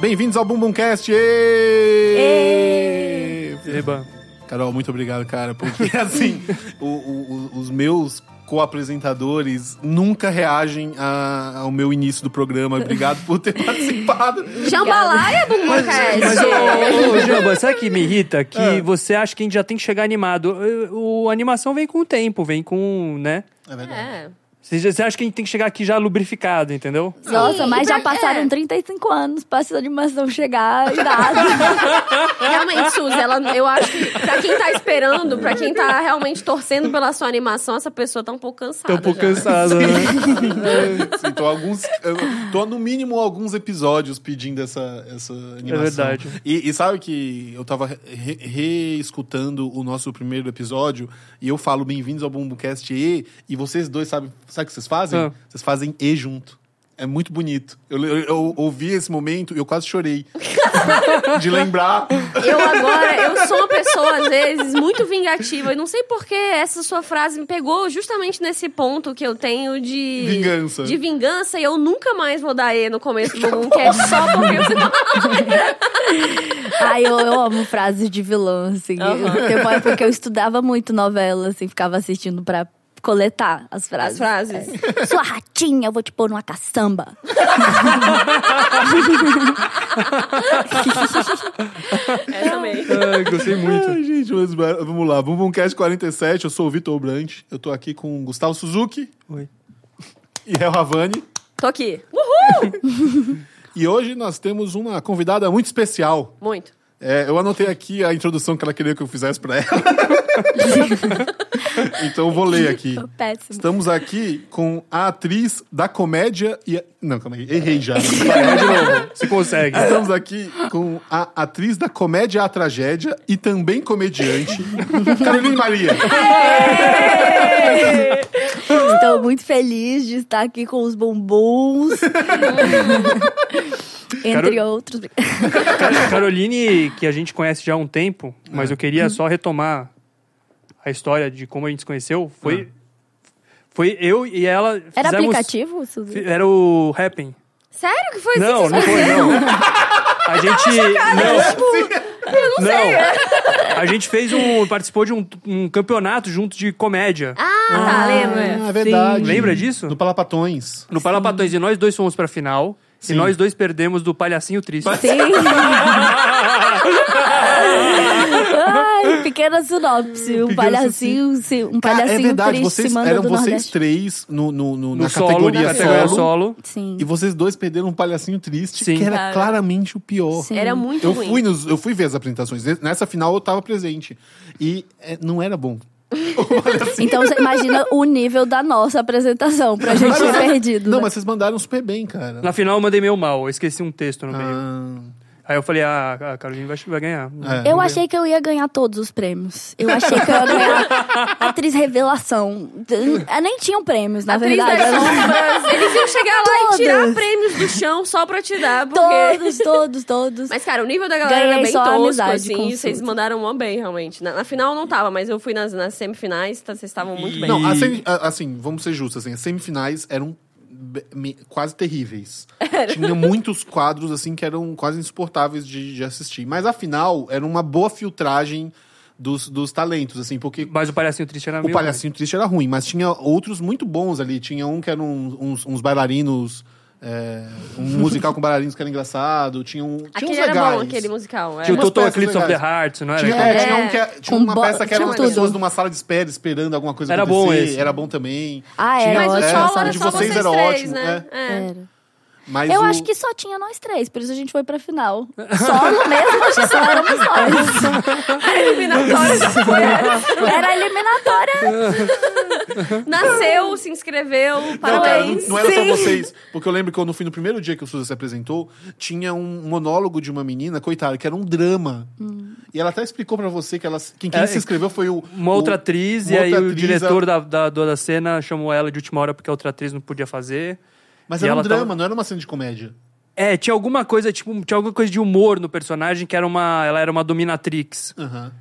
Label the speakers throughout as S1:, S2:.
S1: Bem-vindos ao Bumbumcast!
S2: Eba.
S1: Carol, muito obrigado, cara, porque assim, o- o- o- os meus co-apresentadores nunca reagem a- ao meu início do programa. Obrigado por ter participado.
S3: Jambalaya,
S2: Mas,
S3: Bumbumcast!
S2: ô, ô, ô, Jamba, sabe o que me irrita? Que você acha que a gente já tem que chegar animado. O, a animação vem com o tempo, vem com, né?
S1: É verdade.
S3: É.
S2: Você já- você acha que a gente tem que chegar aqui já lubrificado, entendeu?
S4: Nossa,
S3: Sim,
S4: mas
S3: pra-
S4: já passaram
S3: é.
S4: 35 anos pra essa animação chegar à idade.
S3: Realmente, Suzy, ela, eu acho que pra quem tá esperando, pra quem tá realmente torcendo pela sua animação, essa pessoa tá um pouco cansada.
S2: Tô um pouco
S3: já.
S2: cansado, né?
S1: Sim, tô Então, alguns, eu tô no mínimo alguns episódios pedindo essa, essa animação.
S2: É verdade.
S1: E, e sabe que eu tava re- re- reescutando o nosso primeiro episódio e eu falo bem-vindos ao Bumbumcast E e vocês dois sabem, sabe o que vocês fazem?
S2: Ah.
S1: Vocês fazem E junto. É muito bonito. Eu, eu- eu ouvi esse momento e eu quase chorei. de lembrar.
S3: Eu agora, eu sou uma pessoa, às vezes, muito vingativa. E não sei por que essa sua frase me pegou justamente nesse ponto que eu tenho de...
S1: Vingança.
S3: De vingança. E eu nunca mais vou dar E no começo do mundo, que é só porque você...
S4: Ai, eu, eu amo frases de vilão, assim.
S3: Aham.
S4: Tem uma época que eu estudava muito novela, assim, ficava assistindo pra coletar as frases. É.
S3: As frases.
S4: Sua ratinha, eu vou te pôr numa caçamba.
S3: Essa mesmo.
S2: Ai, gostei muito.
S1: Ai, gente, mas, mas, vamos lá. Bumbumcast 47, eu sou o Vitor Brant. Eu tô aqui com o Gustavo Suzuki
S2: Oi.
S1: e El Havani.
S3: Tô aqui.
S1: E hoje nós temos uma convidada muito especial.
S3: Muito.
S1: É, eu anotei aqui a introdução que ela queria que eu fizesse pra ela. então eu vou ler aqui.
S4: Péssimo.
S1: Estamos aqui com a atriz da comédia e. a- Não, calma aí, errei já. Vai, de novo.
S2: Você consegue.
S1: Estamos aqui com a atriz da comédia à tragédia e também comediante, Caroline Maria.
S4: Estou Então, muito feliz de estar aqui com os bombuns. Entre
S2: Carol-
S4: outros.
S2: Ca- Caroline, que a gente conhece já há um tempo, mas eu queria só retomar a história de como a gente se conheceu. Foi, Ah. foi eu e ela.
S4: Era
S2: fizemos-
S4: aplicativo, Suzy?
S2: fi- Era o Happn.
S3: Sério que foi
S2: Não,
S3: isso?
S2: não foi, não. A gente. não, não, A gente fez um. Participou de um, um campeonato junto de comédia.
S3: Ah, tá, lembra.
S1: Ah, é verdade.
S2: Lembra disso?
S1: No Palapatões.
S2: No Palapatões, e nós dois fomos pra final. E nós dois perdemos do Palhacinho Triste.
S4: Sim. Ai, pequena sinopse. Um
S1: Pequena
S4: palhacinho, se- um
S1: Cara,
S4: palhacinho
S1: é verdade,
S4: triste
S1: vocês,
S4: se manda
S1: eram
S4: do
S1: vocês
S4: Nordeste.
S1: três no, no- no-
S2: No
S1: na
S2: solo, né?
S1: categoria,
S2: na categoria
S1: solo.
S2: solo.
S4: Sim.
S1: E vocês dois perderam um palhacinho triste,
S2: Sim.
S1: que era
S4: Cara.
S1: claramente o pior.
S4: Sim.
S3: Era muito
S1: Eu
S3: ruim.
S1: fui, nos- eu fui ver as apresentações. Nessa final eu tava presente. E é, não era bom.
S4: Então você imagina o nível da nossa apresentação pra gente ter perdido.
S1: Não,
S4: né?
S1: mas vocês mandaram super bem, cara.
S2: Na final eu mandei meio mal, eu esqueci um texto no meio.
S1: Ah,
S2: Aí eu falei, ah, a Caroline vai, vai ganhar.
S1: é.
S4: Eu achei que eu ia ganhar todos os prêmios. Eu achei que eu ia ganhar atriz revelação. Eu nem tinham prêmios, na
S3: Atriz
S4: verdade.
S3: das
S4: Eu não-
S3: sombras. Eles iam chegar lá e tirar
S4: Todas.
S3: prêmios do chão só pra te dar, porque...
S4: Todos, todos, todos.
S3: Mas, cara, o nível da galera
S4: Ganhei
S3: era bem
S4: só a
S3: tosco,
S4: amizade
S3: assim,
S4: com
S3: e vocês
S4: Suzy.
S3: mandaram mó bem, realmente. Na, na final não tava, mas eu fui nas, nas semifinais, tá, vocês estavam muito bem.
S1: Não,
S2: E-
S1: a semi- a- assim, vamos ser justos, assim, as semifinais eram be- me- quase terríveis. Tinha muitos quadros, assim, que eram quase insuportáveis de, de assistir. Mas a final era uma boa filtragem dos, dos talentos, assim, porque
S2: Mas o Palhacinho Triste era
S1: O
S2: meio...
S1: Palhacinho Triste era ruim, mas tinha outros muito bons ali. Tinha um que era um- uns, uns bailarinos, é, um musical com bailarinos que era engraçado. Tinha um. Tinha
S3: aquele
S1: uns
S3: era
S1: legais.
S3: bom, aquele musical. é.
S2: né? Tinha o
S1: Umas
S2: Total
S1: peças
S2: Eclipse of the
S1: legais.
S2: Hearts, não era?
S1: Tinha,
S2: Então,
S1: é, tinha um
S3: É,
S1: que era- tinha
S4: com
S1: uma
S4: bo-
S1: peça que eram
S4: tinha
S1: as
S4: tudo.
S1: pessoas numa sala de espera esperando alguma coisa
S2: Era bom
S1: acontecer.
S2: esse.
S1: Era bom também.
S4: Ah,
S1: Tinha-
S4: era
S3: Mas o
S4: ótimo.
S3: solo
S1: o
S3: era
S1: é, de
S3: só
S1: vocês
S3: vocês
S1: era
S3: três,
S1: ótimo,
S3: né? É.
S4: Era.
S1: Mas
S4: Eu
S1: o-
S4: acho que só tinha nós três, por isso a gente foi pra final. Solo mesmo, acho que só éramos nós.
S3: Eliminatória já foi.
S4: Era a eliminatória.
S3: Nasceu, se inscreveu,
S1: Não, cara,
S3: parabéns.
S1: não, não era só
S4: Sim.
S1: vocês. Porque eu lembro que eu, no fim do primeiro dia que o Suza se apresentou, tinha um monólogo de uma menina, coitada, que era um drama.
S4: Hum.
S1: E ela até explicou pra você que ela, quem, quem
S2: É,
S1: se inscreveu foi o.
S2: Uma
S1: o-
S2: outra atriz,
S1: uma
S2: e aí
S1: outra
S2: o
S1: atriz,
S2: diretor
S1: a-
S2: da, da, do- da cena chamou ela de última hora porque a outra atriz não podia fazer.
S1: Mas
S2: e
S1: era um
S2: ela
S1: drama,
S2: tava-
S1: não era uma cena de comédia.
S2: É, tinha alguma coisa, tipo, tinha alguma coisa de humor no personagem que era uma... Ela era uma dominatrix.
S1: Aham.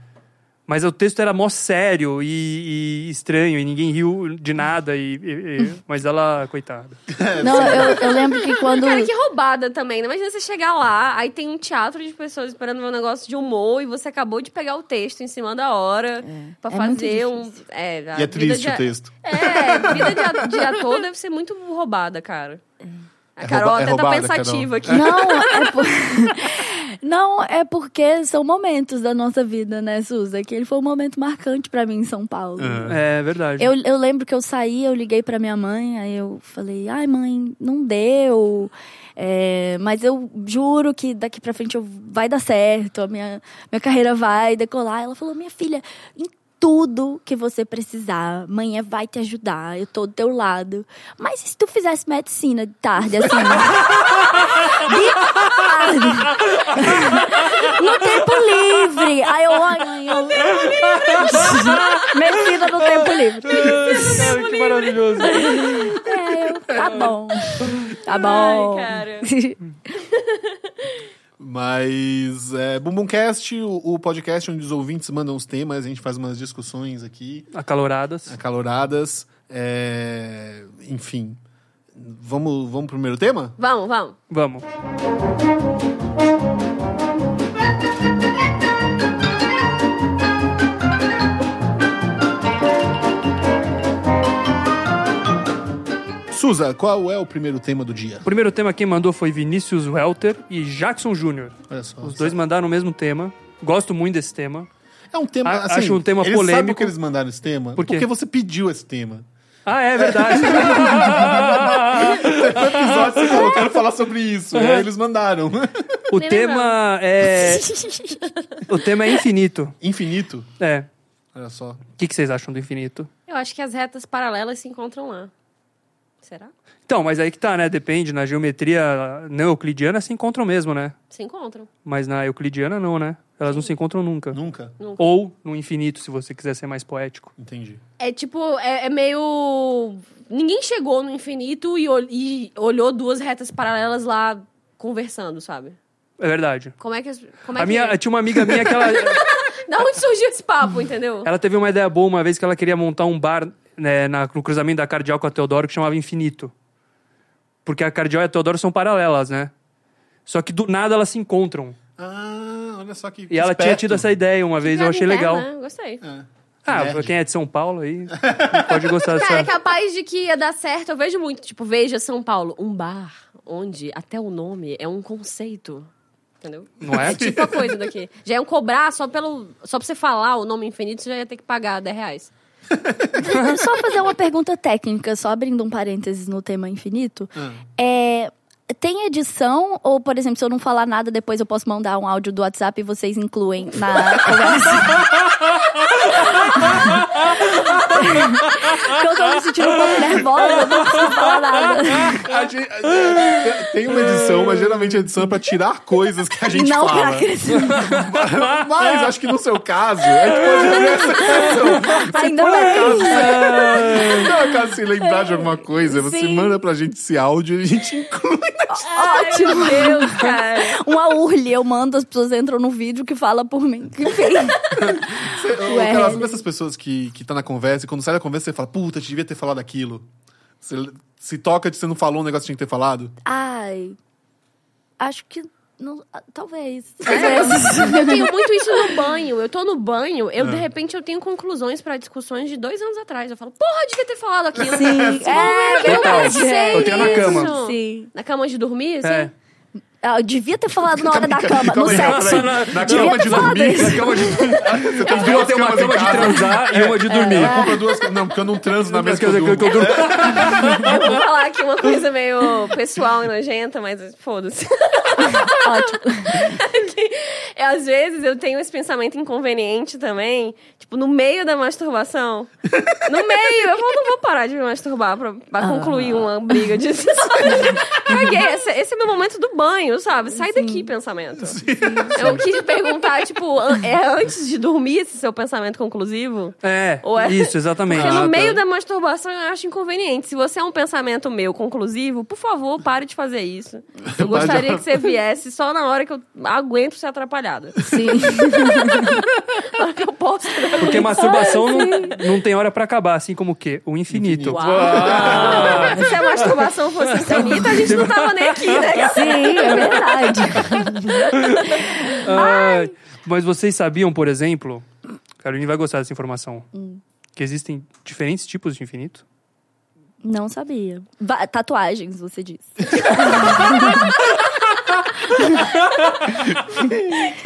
S2: Mas o texto era mó sério e, e estranho, e ninguém riu de nada. E, e- e- mas ela, coitada.
S1: É,
S4: Não, eu, eu lembro que quando.
S3: Cara, que roubada também, né? Imagina você chegar lá, aí tem um teatro de pessoas esperando ver um negócio de humor e você acabou de pegar o texto em cima da hora pra
S4: é muito
S3: fazer um.
S4: difícil.
S3: É, a
S2: Tá.
S1: E é
S3: vida
S1: triste
S3: de-
S1: o texto.
S3: É, vida de, a- de ator deve ser muito roubada, cara. A
S1: É
S3: Carol
S1: rouba- é
S3: até
S1: roubada,
S3: tá pensativa aqui.
S4: Não, é por... Não, é porque são momentos da nossa vida, né, Suza? Que ele foi um momento marcante pra mim em São Paulo.
S2: É verdade.
S4: Eu, eu lembro que eu saí, eu liguei pra minha mãe, aí eu falei, ai mãe, não deu. é, mas eu juro que daqui pra frente eu, vai dar certo, a minha, minha carreira vai decolar. Ela falou, minha filha, em tudo que você precisar, manhã vai te ajudar, eu tô do teu lado. Mas e se tu fizesse medicina de tarde, assim? de tarde! no tempo livre. Aí eu, ai, mãe, eu. Medicina no tempo livre.
S2: Ai, que maravilhoso.
S4: É, eu, tá bom. Tá bom.
S3: Ai, cara.
S1: Mas é, Bumbumcast, o, o podcast onde os ouvintes mandam os temas, a gente faz umas discussões aqui,
S2: Acaloradas.
S1: acaloradas. é, enfim. Vamos, vamos pro primeiro tema?
S3: Vamos, vamos.
S2: Vamos.
S1: Suza, qual é o primeiro tema do dia?
S2: O primeiro tema quem mandou foi Vinícius Welter e Jackson Jr.
S1: Olha só.
S2: Os dois mandaram o mesmo tema. Gosto muito desse tema.
S1: É um tema.
S2: A-
S1: assim,
S2: acho um tema
S1: eles sabem
S2: polêmico.
S1: por que eles mandaram esse tema?
S2: Por quê?
S1: Porque você pediu esse tema.
S2: Ah, é verdade.
S1: No episódio você falou, quero falar sobre isso. E aí eles mandaram.
S2: o
S3: Nem
S2: tema é o tema é infinito.
S1: Infinito.
S2: É.
S1: Olha só.
S2: O que, que vocês acham do infinito?
S3: Eu acho que as retas paralelas se encontram lá. Será?
S2: Então, mas aí que tá, né? Depende. Na geometria não euclidiana se encontram mesmo, né?
S3: Se encontram.
S2: Mas na euclidiana não, né? Elas não se encontram nunca.
S1: Nunca.
S2: Ou no infinito, se você quiser ser mais poético.
S1: Entendi.
S3: É tipo, é, é meio. Ninguém chegou no infinito e, ol- e olhou duas retas paralelas lá conversando, sabe?
S2: É verdade.
S3: Como é que. as- Como é
S2: A minha,
S3: que...
S2: tinha uma amiga minha que ela,
S3: Da onde surgiu esse papo, entendeu?
S2: ela teve uma ideia boa uma vez que ela queria montar um bar né, na, no cruzamento da Cardeal com a Teodoro que chamava Infinito. Porque a Cardeal e a Teodoro são paralelas, né? Só que do nada elas se encontram.
S1: Ah, olha só que.
S2: E ela tinha tido essa ideia uma vez, eu achei legal.
S3: Né? Gostei.
S1: ideia.
S2: Ah,
S1: Nerd.
S2: pra quem é de São Paulo aí, pode gostar dessa.
S3: Cara, é capaz de que ia dar certo. Eu vejo muito. Tipo, veja São Paulo, um bar onde até o nome é um conceito. Entendeu?
S2: Não é?
S3: É tipo a coisa daqui. Já iam cobrar só pelo. Só pra você falar o nome infinito, você já ia ter que pagar 10 reais.
S4: Só fazer uma pergunta técnica, só abrindo um parênteses no tema infinito.
S1: Ah.
S4: É, tem edição? Ou, por exemplo, se eu não falar nada, depois eu posso mandar um áudio do WhatsApp e vocês incluem na conversa? Porque eu tô me sentindo um pouco nervosa, eu não consigo falar nada.
S2: Ah.
S1: A gente- a- tem uma edição, mas geralmente a edição é pra tirar coisas que a gente
S4: não pra
S1: fala.
S4: acrescentar.
S1: Mas acho que no seu caso, é tipo a gente pode ver essa edição.
S4: Ainda bem.
S1: assim, Não, é caso se lembrar de alguma coisa, você
S4: Sim.
S1: manda pra gente esse áudio e a gente inclui.
S4: Ótimo.
S3: Meu Deus, cara.
S4: Uma urle, eu mando, as pessoas entram no vídeo que fala por mim. Enfim. Ué.
S1: Aquelas dessas pessoas que, que tá na conversa e quando sai da conversa você fala, puta, te devia ter falado aquilo. Você se toca de você não falou um negócio que tinha que ter falado.
S4: Ai. Acho que. Não, ah, talvez.
S2: É
S3: Eu tenho muito é isso no banho. Eu tô no banho, eu
S2: Ah.
S3: de repente eu tenho conclusões pra discussões de dois anos atrás. Eu falo, porra, eu devia ter falado aquilo.
S4: Sim. É,
S3: Eu
S2: Total.
S3: pensei
S2: Eu tenho na
S3: nisso.
S2: cama.
S4: Sim.
S3: Na cama de dormir, assim?
S2: É.
S4: Ah, eu devia ter falado na hora da
S1: Calma
S4: cama,
S1: aí,
S4: no
S1: calma aí,
S4: sexo.
S1: calma aí.
S2: Tipo,
S1: Na
S4: Devia
S1: cama
S3: Tipo,
S4: ter
S1: de
S4: falado
S1: dormir.
S4: isso.
S1: Na cama de Você tem
S2: Eu tenho Então
S1: duas
S2: uma cama
S1: camas em
S2: de
S1: casa.
S2: transar e uma de dormir. Ah,
S1: Eu compro duas camas. Não, porque eu não transo na mesa que eu
S2: Quer dizer,
S1: durmo.
S2: que eu durmo.
S3: Eu vou falar aqui uma coisa meio pessoal e nojenta, mas foda-se.
S4: Ótimo.
S3: É, Às vezes eu tenho esse pensamento inconveniente também, tipo, no meio da masturbação. No meio, eu falo, não vou parar de me masturbar pra, pra concluir uma briga disso. pra quê? Esse, esse é meu momento do banho, sabe? Sai daqui, pensamento. Eu quis perguntar, tipo, an- é antes de dormir esse seu pensamento conclusivo?
S2: É,
S3: Ou é-
S2: isso, exatamente.
S3: Porque
S1: Ah,
S3: no
S1: tá.
S3: meio da masturbação eu acho inconveniente. Se você é um pensamento meu conclusivo, por favor, pare de fazer isso. Eu gostaria que você viesse só na hora que eu aguento ser atrapalhada.
S4: Sim.
S3: Na hora que eu posso ser
S2: Porque masturbação não, não tem hora pra acabar, assim como o quê? O infinito.
S4: Uau.
S2: Uau.
S3: Se a masturbação fosse infinita, a gente não tava nem aqui, né?
S4: Sim, é verdade.
S2: Ai. Ah, Mas vocês sabiam, por exemplo, Caroline vai gostar dessa informação,
S3: Hum.
S2: que existem diferentes tipos de infinito?
S4: Não sabia. Va- tatuagens, você disse.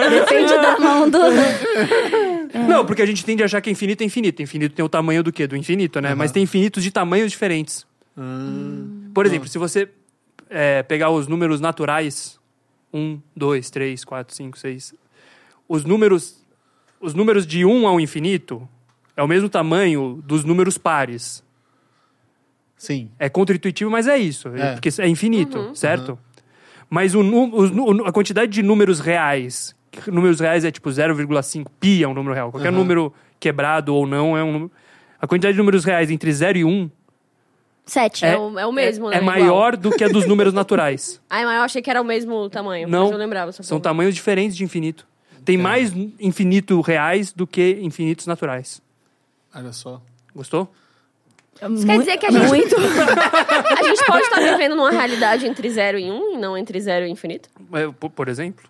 S4: Depende da mão do.
S2: Não, porque a gente tende a achar que infinito é infinito. Infinito tem o tamanho do quê? Do infinito, né? Mas tem infinitos de tamanhos diferentes. Por exemplo, se você é, pegar os números naturais, 1, 2, 3, 4, 5, 6, os números, os números de 1 ao infinito é o mesmo tamanho dos números pares.
S1: Sim.
S2: É contra-intuitivo, mas é Uhum. isso.
S1: É.
S2: Porque é infinito,
S3: Uhum.
S2: certo? Mas o nu- os nu- a quantidade de números reais, que números reais é tipo 0,5 pi é um número real. Qualquer número quebrado ou não é um número... A quantidade de números reais entre 0 e 1
S4: Sete.
S3: É o, é o mesmo, né?
S2: é maior do que a dos números naturais.
S3: Ah, mas eu achei que era o mesmo tamanho.
S2: Não.
S3: Mas eu lembrava. só
S2: São
S3: pouco.
S2: tamanhos diferentes de infinito. Tem mais infinito reais do que infinitos naturais.
S1: Olha só.
S2: Gostou?
S3: Isso quer dizer que a gente... a gente pode estar vivendo numa realidade entre zero e um, e não entre zero e infinito?
S2: É, po- Por exemplo?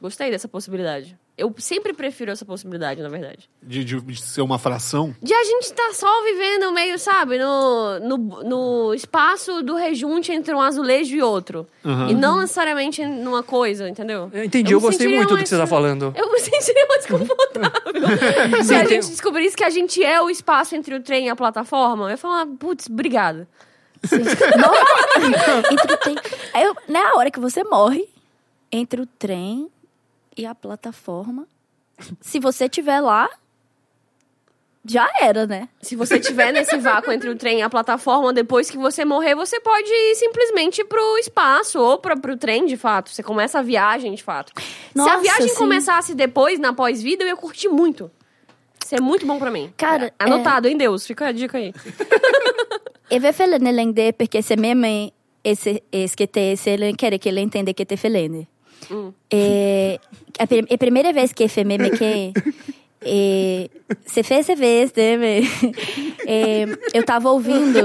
S3: Gostei dessa possibilidade. Eu sempre prefiro essa possibilidade, na verdade.
S1: De, de- de ser uma fração?
S3: De a gente estar só vivendo meio, sabe, no, no, no espaço do rejunte entre um azulejo e outro. E não necessariamente numa coisa, entendeu?
S2: Eu Entendi,
S3: Eu
S2: eu,
S3: me
S2: gostei
S3: sentiria
S2: muito do que você
S3: mais-
S2: está falando. Uhum.
S3: Eu me sentiria mais confortável. Se a
S2: tem-
S3: gente descobrisse que a gente é o espaço entre o trem e a plataforma, eu ia falar, "Ah, putz, obrigada.
S4: Nossa! entre o trem. Aí eu- na hora que você morre, entre o trem e a plataforma, se você tiver lá, já era, né?
S3: Se você tiver nesse vácuo entre o trem e a plataforma, depois que você morrer, você pode ir simplesmente pro espaço ou pra, pro trem, de fato. Você começa a viagem, de fato. Se a
S4: Nossa,
S3: viagem
S4: sim.
S3: começasse depois, na pós-vida, eu ia curtir muito. Isso é muito bom pra mim. É,
S4: Cara,
S3: Anotado, hein, Deus? Fica a dica aí.
S4: Eu vou falando ele ainda porque esse meme, esse, esse que te, se ele quer que ele entenda que te falando. É, a, prim- a primeira vez que esse meme que é, se fez essa vez, né? me? É, eu tava ouvindo.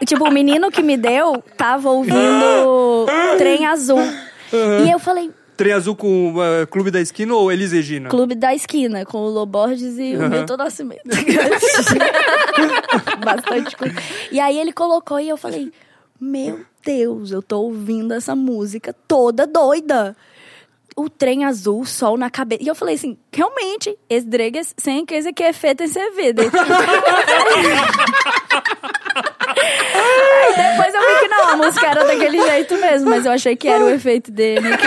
S4: é, tipo, o menino que me deu tava ouvindo Trem Azul. E eu falei,
S2: Trem Azul com eh, Clube da Esquina ou Elis Regina?
S4: Clube da Esquina, com o Loborges e o Milton Nascimento. Bastante coisa. E aí ele colocou e eu falei: Meu Deus, eu tô ouvindo essa música toda doida. O trem azul, o sol na cabeça. E eu falei assim: realmente, es dregas sem coisa que é feita em ser vida. aí depois eu vi que não, a música era daquele jeito mesmo, mas eu achei que era o efeito dele. né, Que...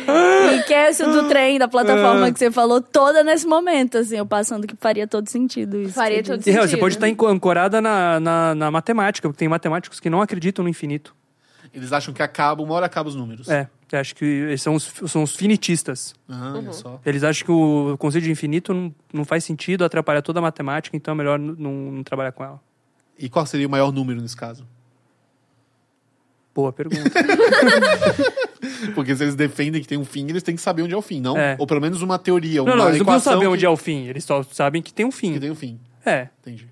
S4: E que é isso do trem, da plataforma que você falou, toda nesse momento, assim, eu passando que faria todo sentido isso.
S3: Faria
S4: que eu
S3: todo
S2: E,
S4: disse.
S2: real, você
S3: sentido.
S2: pode estar enco- ancorada na, na, na matemática, porque tem matemáticos que não acreditam no infinito.
S1: Eles acham que acaba, uma hora acaba os números.
S2: É, eu acho que eles são os, são os finitistas.
S1: Ah, olha só.
S2: Eles acham que o conceito de infinito não, não faz sentido, atrapalha toda a matemática, então é melhor n- não não trabalhar com ela.
S1: E qual seria o maior número nesse caso?
S2: Boa pergunta.
S1: Porque se eles defendem que tem um fim, eles têm que saber onde é o fim, não?
S2: É.
S1: Ou pelo menos uma teoria, uma
S2: não, não, eles não
S1: equação
S2: precisam saber onde
S1: que,
S2: é o fim, eles só sabem que tem um fim.
S1: que tem um fim.
S2: É,
S1: Entendi.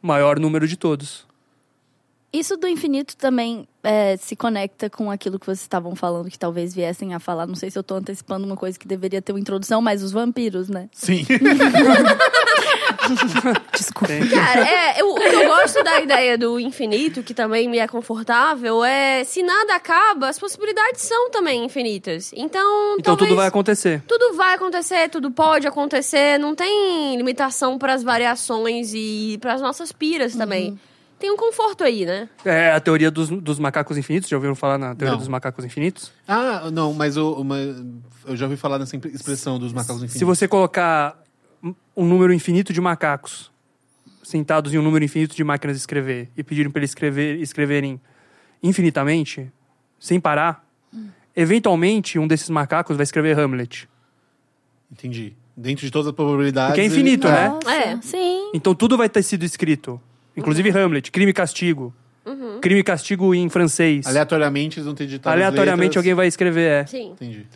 S2: maior número de todos.
S4: Isso do infinito também é, se conecta com aquilo que vocês estavam falando, que talvez viessem a falar. Não sei se eu tô antecipando uma coisa que deveria ter uma introdução, mas os vampiros, né?
S1: Sim.
S4: Desculpa.
S3: Cara, é, eu, o que eu gosto da ideia do infinito, que também me é confortável, é se nada acaba, as possibilidades são também infinitas. Então,
S2: Então
S3: talvez,
S2: tudo vai acontecer.
S3: tudo vai acontecer, tudo pode acontecer, não tem limitação pras variações e pras nossas piras
S4: Uhum.
S3: também. Tem um conforto aí, né?
S2: É a teoria dos, dos macacos infinitos, já ouviram falar na teoria
S1: Não.
S2: dos macacos infinitos?
S1: ah, não, mas eu, uma- eu já ouvi falar nessa impre- expressão dos macacos infinitos.
S2: Se você colocar um- um número infinito de macacos sentados em um número infinito de máquinas de escrever e pedirem para eles escrever, escreverem infinitamente, sem parar, eventualmente um desses macacos vai escrever Hamlet.
S1: Entendi. Dentro de todas as probabilidades...
S2: Porque é
S1: ele-
S2: infinito, né?
S4: Nossa,
S3: É.
S4: Sim.
S2: Então tudo vai ter sido escrito. Inclusive Hamlet, crime e castigo. Crime e castigo em francês.
S1: Aleatoriamente eles vão ter digitado. as
S2: Aleatoriamente
S1: letras.
S2: alguém vai escrever, é.
S3: Sim.
S1: Entendi.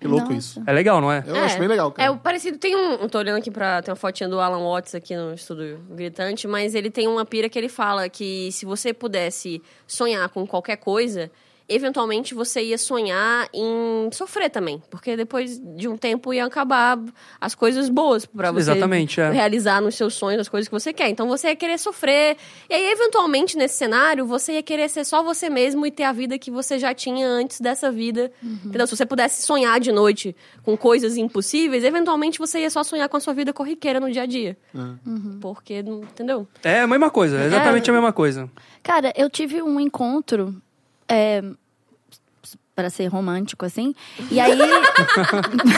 S1: Que louco
S4: Nossa.
S1: isso.
S2: É legal, não é?
S1: Eu acho bem legal, cara.
S3: É o parecido. Tem um. Tô olhando aqui pra. Tem uma fotinha do Alan Watts aqui no estudo gritante, mas ele tem uma pira que ele fala que se você pudesse sonhar com qualquer coisa, eventualmente você ia sonhar em sofrer também. Porque depois de um tempo ia acabar as coisas boas pra você
S2: Exatamente, é.
S3: realizar nos seus sonhos as coisas que você quer. Então você ia querer sofrer. E aí, eventualmente, nesse cenário, você ia querer ser só você mesmo e ter a vida que você já tinha antes dessa vida. Entendeu? Se você pudesse sonhar de noite com coisas impossíveis, eventualmente você ia só sonhar com a sua vida corriqueira no dia a dia.
S1: Ah,
S3: Porque, não- entendeu?
S2: É a mesma coisa, exatamente a mesma coisa.
S4: Cara, eu tive um encontro. É, para ser romântico, assim. E aí.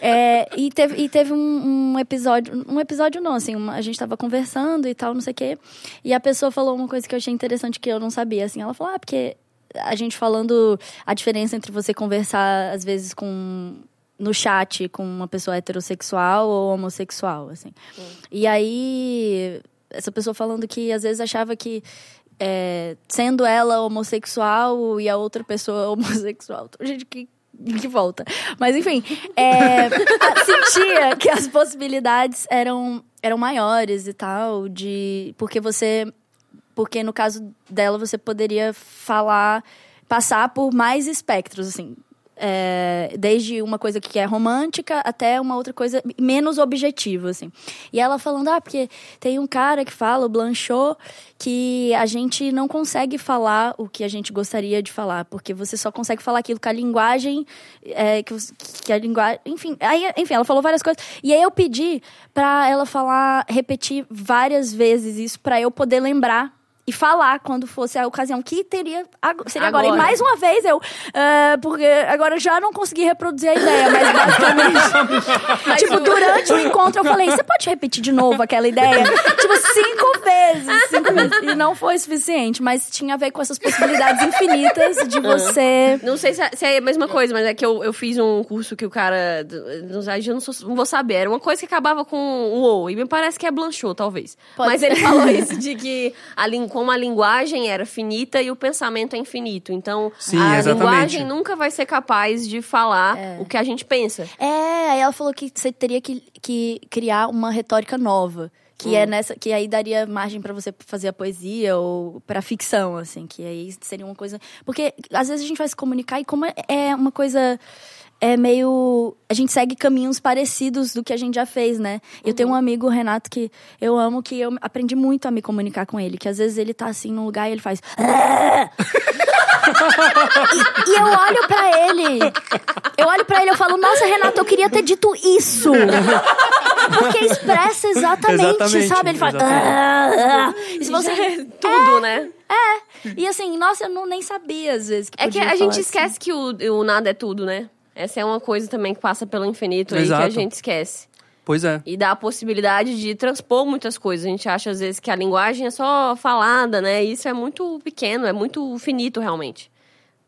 S4: é, e teve, e teve um, um episódio. Um episódio não, assim. uma- a gente tava conversando e tal, não sei o quê. E a pessoa falou uma coisa que eu achei interessante que eu não sabia, assim. Ela falou, ah, porque a gente falando a diferença entre você conversar, às vezes, com. No chat com uma pessoa heterossexual ou homossexual, assim. E aí, essa pessoa falando que às vezes achava que é, sendo ela homossexual e a outra pessoa homossexual. Então, Gente, que, que volta. Mas enfim, é, a- sentia que as possibilidades eram, eram maiores e tal, de porque você. Porque no caso dela você poderia falar, passar por mais espectros, assim. É, desde uma coisa que é romântica até uma outra coisa menos objetiva, assim. E ela falando, ah, porque tem um cara que fala, o Blanchot, que a gente não consegue falar o que a gente gostaria de falar, porque você só consegue falar aquilo com a linguagem, é, que, você- que a linguagem, enfim, aí, enfim, ela falou várias coisas. E aí eu pedi pra ela falar, repetir várias vezes isso pra eu poder lembrar e falar quando fosse a ocasião que teria ag- seria agora.
S3: Agora.
S4: E mais uma vez eu, ah, porque agora eu já não consegui reproduzir a ideia, mas basicamente, tipo, durante o encontro eu falei, você pode repetir de novo aquela ideia? tipo, cinco vezes, cinco vezes. E não foi suficiente, mas tinha a ver com essas possibilidades infinitas de você...
S3: Não sei se é, se é a mesma coisa, mas é que eu, eu fiz um curso que o cara. d- Não sei, eu não, sou- não vou saber. Era uma coisa que acabava com um O. E me parece que é Blanchot, talvez.
S4: Pode
S3: mas
S4: ser.
S3: ele falou isso de que a, lin- como a linguagem era finita e o pensamento é infinito. Então,
S2: Sim,
S3: a
S2: exatamente.
S3: linguagem nunca vai ser capaz de falar o que a gente pensa.
S4: É, aí ela falou que você teria que, que criar uma retórica nova. Que é nessa. Que aí daria margem pra você fazer a poesia ou pra ficção, assim. Que aí seria uma coisa. Porque às vezes a gente vai se comunicar e como é- é uma coisa. É meio. A gente segue caminhos parecidos do que a gente já fez, né? Eu tenho um amigo, o Renato, que eu amo, que eu aprendi muito a me comunicar com ele. Que às vezes ele tá assim num lugar e ele faz. E eu olho pra ele. Eu olho pra ele e falo, nossa, Renata, eu queria ter dito isso. Porque expressa exatamente,
S2: Exatamente,
S4: sabe? Ele fala.
S2: exatamente.
S4: "Ah, ah". E se você.
S3: é tudo, né?
S4: E assim, nossa, eu não, nem sabia às vezes. Que
S3: É que
S4: podia
S3: a
S4: falar
S3: gente
S4: assim.
S3: esquece que o, o nada é tudo, né? Essa é uma coisa também que passa pelo infinito aí que a
S2: Exato.
S3: gente esquece.
S2: Pois é.
S3: E dá a possibilidade de transpor muitas coisas. A gente acha, às vezes, que a linguagem é só falada, né? E isso é muito pequeno, é muito finito, realmente.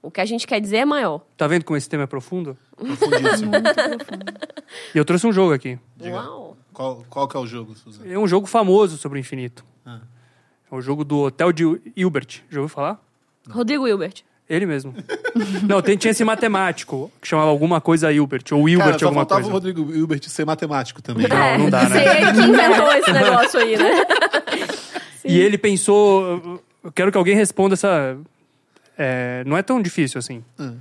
S3: O que a gente quer dizer é maior.
S2: Tá vendo como esse tema é profundo?
S1: Profundíssimo.
S2: E eu trouxe um jogo aqui.
S1: Diga.
S3: Uau!
S1: qual, qual que é o jogo, Suzana?
S2: É um jogo famoso sobre o infinito.
S1: Ah.
S2: É o jogo do Hotel de Hilbert. Já ouviu falar?
S3: Rodrigo Hilbert.
S2: Ele mesmo. Não, tem, tinha esse matemático que chamava alguma coisa Hilbert, ou Hilbert
S1: Cara, só
S2: alguma
S1: faltava
S2: coisa.
S1: o Rodrigo Hilbert ser matemático também.
S3: é,
S2: não dá, né?
S3: sei ele que inventou esse negócio aí, né?
S2: E ele pensou. Eu quero que alguém responda essa. é, não é tão difícil assim.
S1: Ah.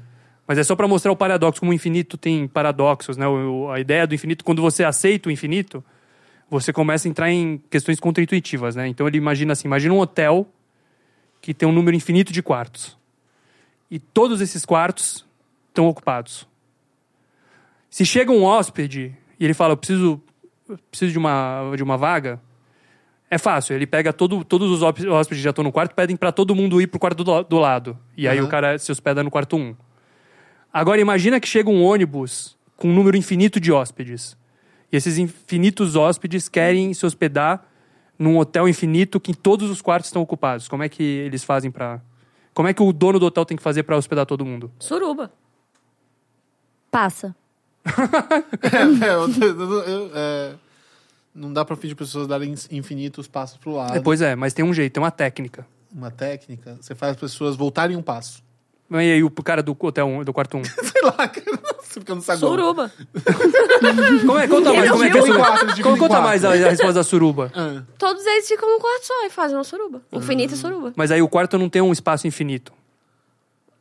S2: Mas é só pra mostrar o paradoxo, como o infinito tem paradoxos, né? O- o- a ideia do infinito, quando você aceita o infinito, você começa a entrar em questões contraintuitivas, né? Então ele imagina assim: imagina um hotel que tem um número infinito de quartos. E todos esses quartos estão ocupados. Se chega um hóspede e ele fala: eu preciso, eu preciso de, uma, de uma vaga. É fácil, ele pega todo, todos os hósp- hóspedes que já estão no quarto, pedem pra todo mundo ir pro quarto do, do lado. E aí
S1: Aham.
S2: o cara se hospeda no quarto 1. Agora imagina que chega um ônibus com um número infinito de hóspedes. E esses infinitos hóspedes querem se hospedar num hotel infinito que todos os quartos estão ocupados. Como é que eles fazem pra. Como é que o dono do hotel tem que fazer pra hospedar todo mundo?
S3: Suruba.
S4: Passa.
S1: É, eu- eu- eu- é, Ah, não dá pra pedir pra pessoas darem infinitos passos pro lado.
S2: É, pois é, mas tem um jeito, tem uma técnica.
S1: uma técnica, você faz as pessoas voltarem um passo.
S2: E aí o cara do hotel um, do quarto 1?
S1: Sei lá, cara, você fica no
S2: Tá
S1: saguão.
S3: Suruba.
S2: Como é? Conta mais. Como é que é
S1: Dividiu em quatro,
S2: suruba?
S1: dividiu
S2: Como-
S1: em
S2: Conta
S1: quatro.
S2: mais a, a resposta da suruba.
S1: Ah,
S3: Todos eles ficam num quarto só e fazem uma suruba.
S2: Hum.
S3: Infinita suruba.
S2: Mas aí o quarto não tem um espaço infinito.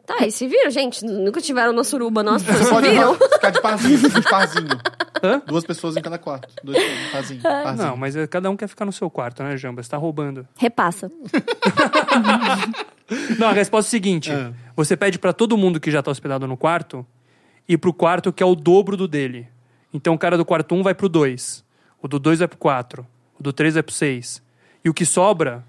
S3: Tá, e se viram, gente? Nunca tiveram na suruba, nossa.
S1: Você
S3: Se
S1: pode
S3: viram?
S1: ficar de parzinho, de parzinho.
S2: Hã?
S1: Duas pessoas em cada quarto. Dois parzinho, parzinho.
S2: Não, mas é, cada um quer ficar no seu quarto, né, Jamba? Você tá roubando.
S4: Repassa.
S2: Não, a resposta é o seguinte:
S1: Ah.
S2: você pede pra todo mundo que já tá hospedado no quarto ir pro quarto que é o dobro do dele. Então o cara do quarto 1 vai pro 2, o do 2 vai pro 4, o do 3 vai pro 6. E o que sobra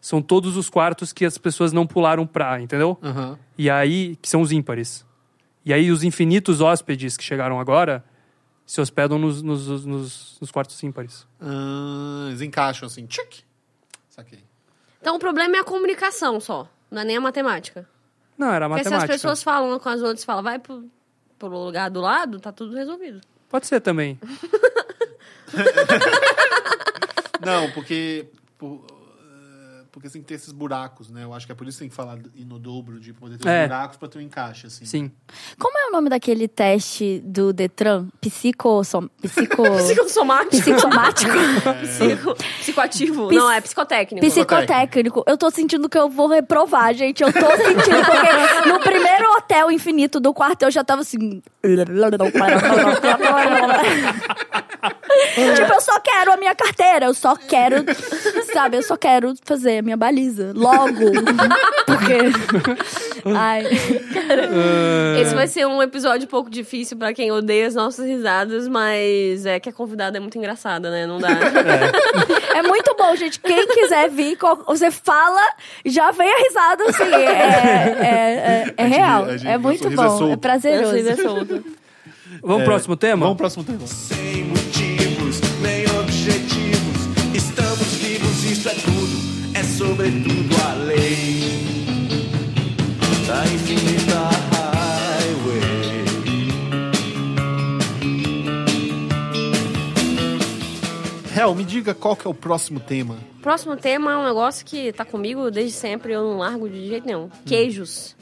S2: são todos os quartos que as pessoas não pularam pra, entendeu?
S1: Aham.
S2: E aí, que são os ímpares. E aí, os infinitos hóspedes que chegaram agora se hospedam nos, nos, nos, nos quartos ímpares.
S1: Ah, eles encaixam assim. Tchic. Saquei.
S3: Então o problema é a comunicação só. Não é nem a matemática.
S2: Não, era
S3: Porque se as
S2: matemática.
S3: pessoas falam com as outras, falam, vai pro, pro lugar do lado, tá tudo resolvido.
S2: Pode ser também.
S1: Não, porque. por- eh, porque você tem que ter esses buracos, né? Eu acho que é por isso que tem que falar ir no dobro, de poder ter
S2: É.
S1: os buracos pra ter um encaixe, assim.
S2: Sim.
S4: Como é o nome daquele teste do Detran? Psico... som- Psico...
S3: Psicossomático.
S4: psicossomático?
S3: Psico, psicoativo.
S4: Pis-
S3: Não, é psicotécnico.
S4: Psicotécnico. Eu tô sentindo que eu vou reprovar, gente. Eu tô sentindo, porque no primeiro hotel infinito do quarto eu já tava assim. tipo, eu só quero a minha carteira, eu só quero, sabe, eu só quero fazer a minha baliza. Logo. Porque. Ai.
S3: Esse vai ser um episódio um pouco difícil pra quem odeia as nossas risadas, mas é que a convidada é muito engraçada, né? Não dá.
S4: É muito bom, gente. Quem quiser vir, co- você fala, já vem a risada, assim. É, é, é- é real.
S1: a gente-
S4: é
S1: o
S4: muito
S1: sorriso é
S4: bom. É,
S1: solto.
S3: Essa
S4: prazeroso.
S3: risa é solta.
S2: Vamos pro próximo
S1: É,
S2: tema?
S1: Vamos pro próximo tema.
S5: Sem motivos, nem objetivos. Estamos vivos, isso é tudo, é sobretudo a lei da infinita highway.
S1: Hel, me diga qual que é o próximo tema.
S3: Próximo tema é um negócio que tá comigo desde sempre, eu não largo de jeito nenhum. Queijos.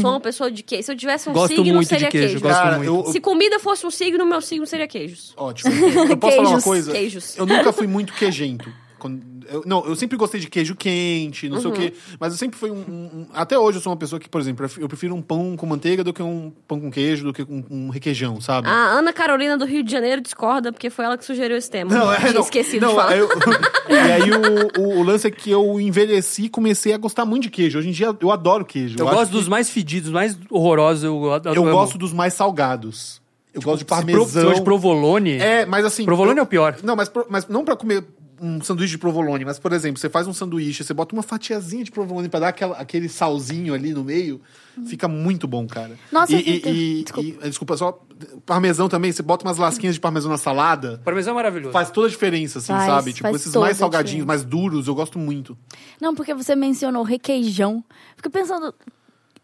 S3: Sou uma pessoa de queijo. Se eu tivesse um
S2: Gosto
S3: signo,
S2: muito de
S3: seria
S2: queijo,
S3: queijo. Tá.
S2: gosto
S1: Cara,
S2: muito.
S1: eu-
S3: Se comida fosse um signo, meu signo seria queijos.
S1: Ótimo. Eu posso falar uma
S4: Queijos,
S1: coisa?
S3: queijos.
S1: Eu nunca fui muito queijento. Quando- eu- não, eu sempre gostei de queijo quente, não sei o
S2: Uhum.
S1: quê. Mas eu sempre fui um, um- um- Até hoje eu sou uma pessoa que, por exemplo, eu prefiro um pão com manteiga do que um pão com queijo, do que um, um requeijão, sabe?
S3: A Ana Carolina do Rio de Janeiro discorda, porque foi ela que sugeriu esse tema.
S1: Não, é,
S3: Tinha
S1: não,
S3: esquecido
S1: não,
S3: de falar.
S1: aí eu- e aí o, o- o lance é que eu envelheci e comecei a gostar muito de queijo. Hoje em dia eu adoro queijo.
S2: Eu
S1: acho
S2: gosto
S1: que-
S2: dos mais fedidos, mais horrorosos. Eu, adoro-
S1: Eu
S2: amo. Tipo,
S1: gosto dos mais salgados. Eu gosto de
S2: Se pro- se
S1: parmesão.
S2: for de provolone.
S1: É, mas assim.
S2: Provolone
S1: eu-
S2: é o pior.
S1: Não, mas, pro- mas não pra comer um sanduíche de provolone, mas por exemplo, você faz um sanduíche, você bota uma fatiazinha de provolone pra dar aquela- aquele salzinho ali no meio, fica muito bom, cara.
S4: Nossa,
S1: e,
S4: eu
S1: e,
S4: fico-
S1: e-
S4: desculpa.
S1: e- desculpa, só parmesão também, você bota umas lasquinhas de parmesão na salada.
S2: Parmesão é maravilhoso.
S1: Faz toda a diferença, assim,
S4: Faz,
S1: sabe? Tipo,
S4: faz
S1: esses
S4: toda
S1: mais
S4: a
S1: salgadinhos,
S4: diferença.
S1: mais duros, eu gosto muito.
S4: Não, porque você mencionou requeijão. Fico pensando.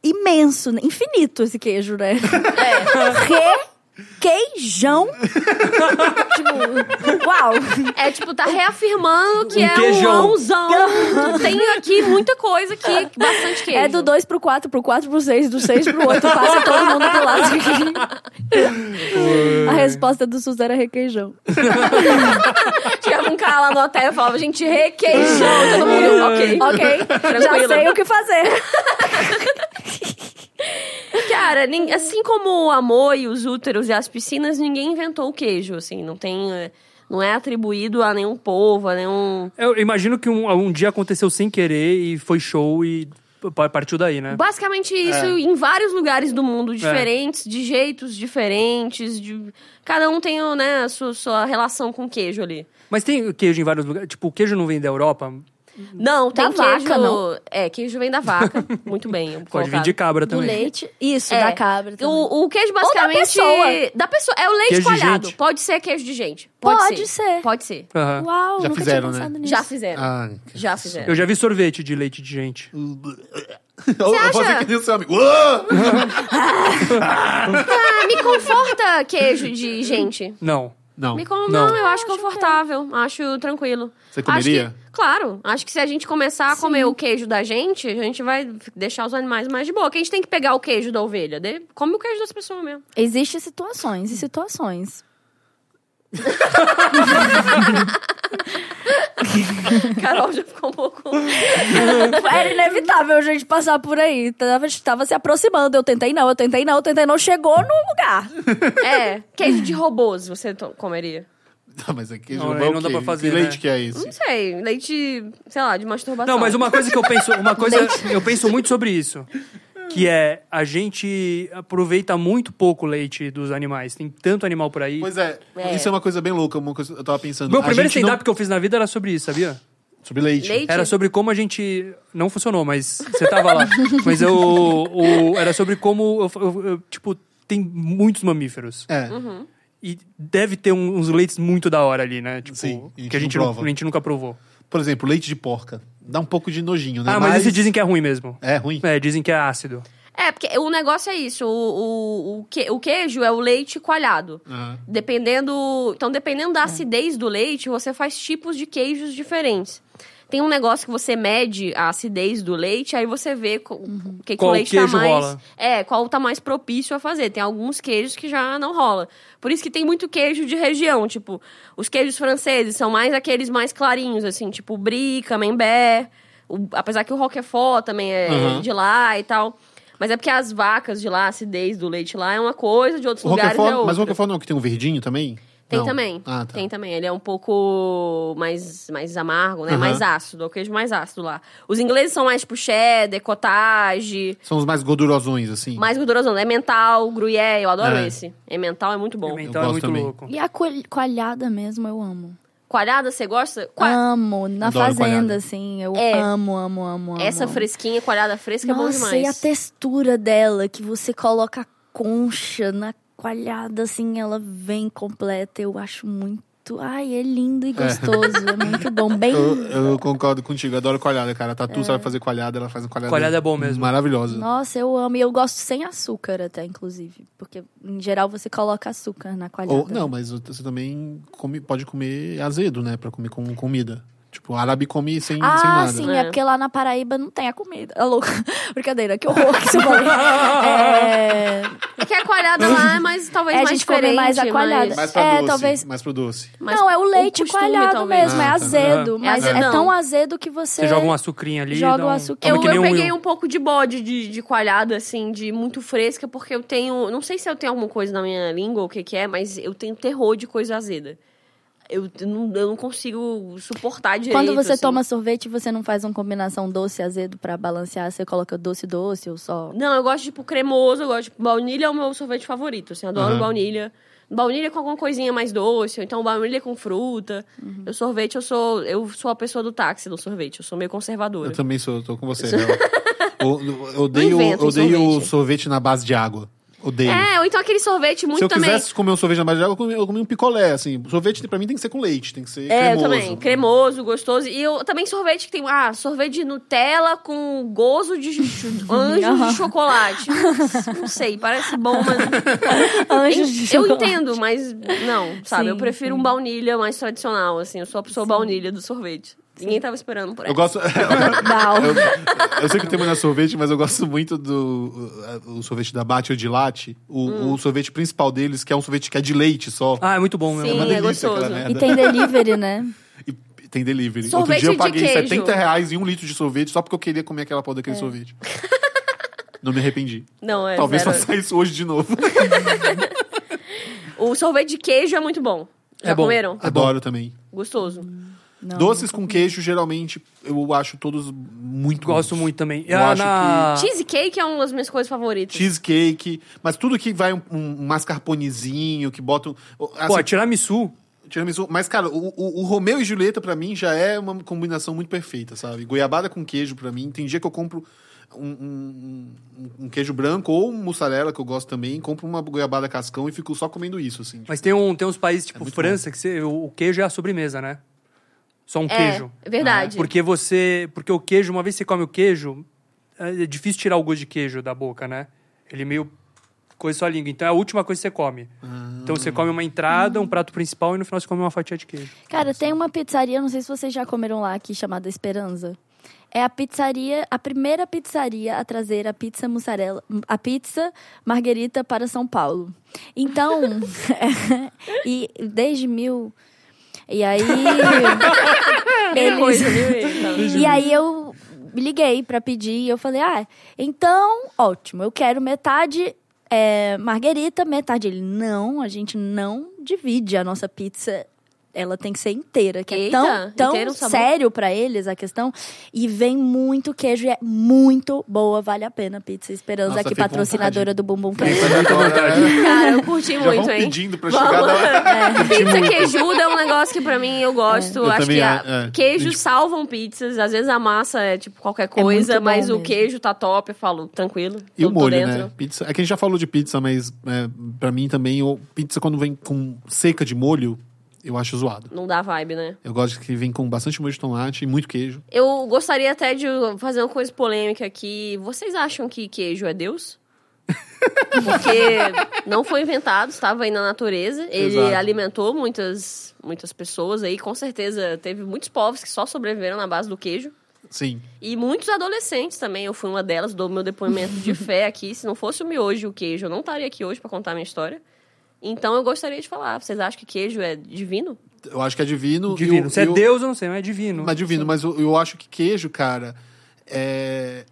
S4: Imenso, né? infinito esse queijo, né?
S3: É.
S4: Requeijão. tipo, uau.
S3: É tipo, tá reafirmando que
S2: Um
S3: é
S2: queijão.
S3: um ãozão. Tem aqui muita coisa aqui, bastante queijo.
S4: É do 2 pro 4, pro 4 pro 6, do 6 pro 8, passa todo mundo pro lado. A resposta do Sus era requeijão.
S3: Tinha um cara lá no hotel e falava, gente, requeijão. Todo mundo, ok.
S4: Uhum. Ok, já
S3: Tranquilo.
S4: sei o que fazer.
S3: Cara, nin- assim como o amor e os úteros e as piscinas, ninguém inventou o queijo, assim. Não tem... é, Não é atribuído a nenhum povo, a nenhum...
S2: Eu imagino que um, um dia aconteceu sem querer e foi show e pa- partiu daí, né?
S3: Basicamente isso em vários lugares do
S2: É.
S3: mundo diferentes, de jeitos diferentes, de... Cada um tem né, a sua, sua relação com o queijo ali.
S2: Mas tem queijo em vários lugares. Tipo, o queijo não vem da Europa?
S3: Não, tem
S4: Da
S3: queijo.
S4: vaca, não?
S3: É, queijo vem da vaca. Muito bem.
S2: Pode
S3: colocado.
S2: vir de cabra
S4: Do
S2: também.
S4: leite. Isso,
S3: É.
S4: da cabra. também.
S3: O, o queijo basicamente.
S4: pessoa.
S3: da pessoa. É o leite
S2: Queijo de
S3: coalhado.
S2: gente.
S3: Pode ser queijo de gente.
S4: Pode ser.
S3: Pode ser.
S2: Aham.
S4: Uau,
S1: Já
S4: nunca
S1: fizeram,
S4: tinha pensado
S1: né?
S4: nisso.
S3: Já
S2: É.
S3: fizeram.
S1: Ah,
S3: Já fizeram.
S2: Eu já vi sorvete de leite de gente.
S1: eu eu vou
S3: acha?
S1: fazer que nem o seu amigo. Uah!
S3: Ah, me conforta Ah, queijo de gente.
S2: Não.
S1: Não.
S3: Me como
S2: Não.
S3: não, eu acho confortável, acho tranquilo.
S1: Você comeria?
S3: Acho que- claro, acho que se a gente começar a comer o queijo da gente, a gente vai f- deixar os animais mais de boa. Que a gente tem que pegar o queijo da ovelha, de- come o queijo das pessoas mesmo.
S4: Existem situações e situações.
S3: Carol já ficou um pouco.
S4: Era inevitável a gente passar por aí. Tava, tava se aproximando. Eu tentei não, eu tentei não, eu tentei não. Chegou no lugar.
S3: É, queijo de robôs você to- comeria?
S1: Tá, mas aqui
S2: Não,
S1: não,
S2: aí
S1: não,
S2: não dá pra fazer,
S1: Que leite
S2: né?
S1: que é esse?
S3: Não sei, leite, sei lá, de masturbação.
S2: Não, mas uma coisa que eu penso, uma coisa, eu penso muito sobre isso, que é a gente aproveita muito pouco o leite dos animais. Tem tanto animal por aí.
S1: Pois é,
S3: É.
S1: isso é uma coisa bem louca, uma coisa eu tava pensando.
S2: Meu
S1: a
S2: primeiro
S1: gente não-
S2: stand-up que eu fiz na vida era sobre isso, sabia?
S1: Sobre leite.
S3: Leite?
S2: Era sobre como a gente. Não funcionou, mas você tava lá. mas eu. o- Era sobre como. eu- eu- eu, tipo, tem muitos mamíferos.
S1: É.
S3: Uhum.
S2: E deve ter um- uns leites muito da hora ali, né? Tipo,
S1: Sim, e a gente
S2: que a gente,
S1: não
S2: nu-
S1: prova.
S2: a gente nunca provou.
S1: Por exemplo, leite de porca. Dá um pouco de nojinho, né?
S2: Ah, mas, esse dizem que é ruim mesmo.
S1: É ruim.
S2: É, dizem que é ácido.
S3: É, porque o negócio é isso, o, o, o, que- o queijo é o leite
S2: Hum.
S3: coalhado.
S1: Ah.
S3: Dependendo. Então, dependendo
S1: É.
S3: da acidez do leite, você faz tipos de queijos diferentes. Tem um negócio que você mede a acidez do leite, aí você vê co-
S1: Uhum.
S3: o que, que
S2: Qual
S3: o leite
S2: queijo
S3: tá mais.
S2: rola.
S3: É, qual tá mais propício a fazer. Tem alguns queijos que já não rola. Por isso que tem muito queijo de região, tipo, os queijos franceses são mais aqueles mais clarinhos, assim, tipo brie, camembert. O- apesar que o roquefort também é
S1: Uhum.
S3: de lá e tal. Mas é porque as vacas de lá, a acidez do leite lá é uma coisa, de outros
S1: O
S3: lugares é
S1: Roquefort,
S3: outra.
S1: mas o Roquefort não, é o que tem um verdinho também?
S3: Tem
S1: Não.
S3: também.
S1: Ah, tá.
S3: Tem também. Ele é um pouco mais, mais amargo, né?
S1: Aham.
S3: Mais ácido. É o queijo mais ácido lá. Os ingleses são mais, tipo, cheddar, cottage,
S1: São os mais gordurosões, assim.
S3: mais gorduroso. É mental, gruyère. Eu adoro
S1: É.
S3: esse. É mental, é muito bom.
S2: Então é
S1: gosto
S2: muito
S1: também.
S2: louco.
S4: E a coal- coalhada mesmo, eu amo.
S3: Coalhada, você gosta? Qua-
S4: Amo. Na
S1: Adoro
S4: fazenda,
S1: coalhada.
S4: assim. Eu
S3: É.
S4: amo, amo, amo, amo.
S3: Essa
S4: amo.
S3: fresquinha, coalhada fresca é bom
S4: Nossa,
S3: demais.
S4: e a textura dela, que você coloca a concha na coalhada, assim, ela vem completa. Eu acho muito. Ai, é lindo e gostoso. É, muito bom. Bem.
S1: Eu, eu concordo contigo, eu adoro coalhada, cara. A
S3: É.
S1: Tatu sabe fazer coalhada, ela faz uma coalhada.
S2: Coalhada é bom mesmo.
S1: Maravilhosa.
S4: Nossa, eu amo. E eu gosto sem açúcar até, inclusive. Porque, em geral, você coloca açúcar na coalhada.
S1: Ou, não, mas você também come- pode comer azedo, né? Pra comer com comida. Tipo, árabe come sem, sem
S4: Ah,
S1: nada.
S4: sim,
S3: né?
S4: é porque lá na Paraíba não tem a comida. É louco. Brincadeira, que horror que você falou. É,
S3: É que a coalhada lá é mais, talvez,
S4: É, a
S3: mais
S4: gente come
S3: diferente.
S4: mais a coalhada.
S3: mais-
S1: Mais pra
S4: É,
S1: doce.
S4: talvez-
S1: Mais pro doce.
S3: mais
S4: não, é o
S3: o
S4: leite
S3: costume,
S4: coalhado
S3: talvez.
S4: mesmo, é
S1: Ah, tá.
S4: azedo.
S2: Aham.
S3: É
S4: Mas é,
S3: azedão.
S4: tão azedo que você.
S3: é-
S2: Você joga um açucrinho ali.
S4: Joga
S2: dá
S4: um
S2: um
S4: açucrinho.
S2: Come
S3: Eu,
S2: que
S3: eu
S2: nem um-
S3: peguei um pouco de bode de, de coalhada, assim, de muito fresca, porque eu tenho. Não sei se eu tenho alguma coisa na minha língua ou o que, que é, mas eu tenho terror de coisa azeda. Eu, eu não, eu não consigo suportar direito.
S4: Quando você
S3: assim.
S4: toma sorvete, você não faz uma combinação doce e azedo pra balancear, você coloca doce doce ou só.
S3: Não, eu gosto, tipo, cremoso, eu gosto. Tipo, baunilha é o meu sorvete favorito, assim, adoro
S1: Aham.
S3: baunilha. Baunilha com alguma coisinha mais doce, ou então baunilha com fruta. Eu sorvete, eu sou. Eu sou a pessoa do táxi do sorvete, eu sou meio conservadora.
S1: Eu também sou, tô com você, Léo. Eu- eu- eu odeio,
S3: Não inventa um
S1: odeio sorvete.
S3: sorvete.
S1: na base de água. Odeio.
S3: É, ou então aquele sorvete muito
S1: Se eu
S3: também.
S1: quisesse comer um sorvete na base de água, eu comi, eu comi um picolé, assim. Sorvete pra mim tem que ser com leite, tem que ser
S3: É,
S1: cremoso. né?
S3: eu também. Cremoso, gostoso. E eu também sorvete que tem. Ah, sorvete de Nutella com gozo de ju- ju- anjos de chocolate. Não sei, parece bom, mas.
S4: Anjos de
S3: eu
S4: chocolate.
S3: entendo, mas não, sabe?
S4: Sim,
S3: eu prefiro um baunilha mais tradicional, assim. Eu sou a pessoa baunilha do sorvete. Ninguém tava esperando por
S1: Eu
S3: essa.
S1: gosto.
S4: Não.
S1: eu, eu sei que o tema não é sorvete, mas eu gosto muito do o, o sorvete da Bate ou de Latte. O,
S3: Hum.
S1: o sorvete principal deles, que é um sorvete que é de leite só.
S2: Ah, é muito bom mesmo.
S3: Sim,
S1: uma
S3: é
S1: delícia aquela
S3: gostoso.
S1: merda.
S4: E tem delivery, né?
S1: E tem delivery. Outro
S3: Sorvete
S1: dia eu
S3: de
S1: paguei
S3: queijo.
S1: 70 reais em um litro de sorvete só porque eu queria comer aquela porra daquele sorvete. Não me arrependi.
S3: Não, é.
S1: Talvez
S3: zero.
S1: faça isso hoje de novo.
S3: O sorvete de queijo é muito bom. Já
S2: É bom.
S3: comeram?
S1: Adoro também.
S3: Gostoso.
S4: Não.
S1: Doces com queijo, geralmente, eu acho todos muito
S2: Gosto
S1: bons.
S2: muito também.
S1: Eu
S2: Ah,
S1: acho
S2: na-
S3: Cheesecake é uma das minhas coisas favoritas.
S1: Cheesecake, mas tudo que vai um, um mascarponezinho, que botam.
S2: Pô,
S1: assim,
S2: tiramisu.
S1: Tiramisu. Mas, cara, o, o, o Romeu e Julieta, pra mim, já é uma combinação muito perfeita, sabe? Goiabada com queijo, pra mim. Tem dia que eu compro um, um- um- um queijo branco ou um mussarela, que eu gosto também. Compro uma goiabada cascão e fico só comendo isso, assim.
S2: Mas tem, um, tem uns países, tipo França, que você- o o queijo é a sobremesa, né? Só um queijo.
S3: É, verdade.
S2: Porque você. Porque o é queijo, uma vez que você come o queijo, é difícil tirar o gosto de queijo da boca, né? Ele meio coisa só a língua. Então é a última coisa que você come. Então você come uma entrada, um prato principal e no final você come uma fatia de queijo.
S4: Cara, tem uma pizzaria, não sei se vocês já comeram lá aqui, chamada Esperança. É a pizzaria, a primeira pizzaria a trazer a pizza mussarela, a pizza marguerita para São Paulo. Então, e desde mil e aí
S3: Tem
S4: eles,
S3: coisa, viu? Eita.
S4: e aí eu liguei pra pedir e eu falei, ah, então, ótimo, eu quero metade é, marguerita, metade. Ele, não, a gente não divide a nossa pizza. Ela tem que ser inteira, que
S3: Eita,
S4: é tão,
S3: inteira o
S4: tão
S3: sabor?
S4: sério pra eles a questão. E vem muito queijo e é muito boa, vale a pena. a Pizza Esperança
S1: Nossa,
S4: aqui,
S1: fiquei com
S4: patrocinadora do Bumbum
S2: É
S4: Cast.
S1: Agora,
S3: Cara, eu curti
S1: Já
S3: muito,
S1: vão
S3: hein?
S1: pedindo pra chegar lá.
S3: Pizza queijuda é um negócio que pra mim eu gosto.
S1: É. Eu
S3: Acho
S1: também,
S3: que a-
S1: é, é.
S3: queijos
S1: Gente-
S3: salvam pizzas. Às vezes a massa é tipo qualquer coisa,
S4: muito bom
S3: mas o
S4: mesmo.
S3: queijo tá top. Eu falo, tranquilo.
S1: E o
S3: tô- tô
S1: molho,
S3: dentro.
S1: né? Pizza. É que a gente já falou de pizza, mas é, pra mim também, o- pizza quando vem com seca de molho, eu acho zoado.
S3: Não dá vibe, né?
S1: Eu gosto que vem com bastante molho de tomate e muito queijo.
S3: Eu gostaria até de fazer uma coisa polêmica aqui. Vocês acham que queijo é Deus? Porque não foi inventado, estava aí na natureza. Ele
S1: Exato.
S3: alimentou muitas, muitas pessoas aí. Com certeza teve muitos povos que só sobreviveram na base do queijo.
S1: Sim.
S3: E muitos adolescentes também. Eu fui uma delas, dou meu depoimento de fé aqui. Se não fosse o miojo e o queijo, eu não estaria aqui hoje para contar a minha história. Então eu gostaria de falar. Vocês acham que queijo é divino?
S1: Eu acho que é divino.
S2: Divino.
S1: e o-
S2: Se é
S1: e o-
S2: Deus, eu não sei, mas é divino.
S1: Mas divino, mas eu, eu acho que queijo, cara, é...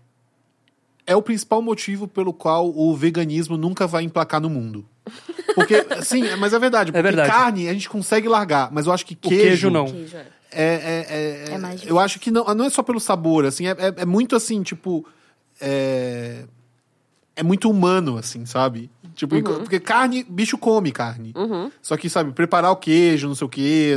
S1: é o principal motivo pelo qual o veganismo nunca vai emplacar no mundo. Porque, sim, mas é verdade. Porque
S2: verdade.
S1: carne a gente consegue largar, mas eu acho que
S2: O
S1: queijo.
S2: queijo, não.
S3: Queijo é.
S1: É, é, é,
S4: É mais difícil.
S1: eu acho que não, não é só pelo sabor, assim, é, é- é muito assim, tipo. É, é muito humano, assim, sabe? Tipo,
S2: Uhum.
S1: porque carne, bicho come carne. Só que, sabe, preparar o queijo, não sei o quê,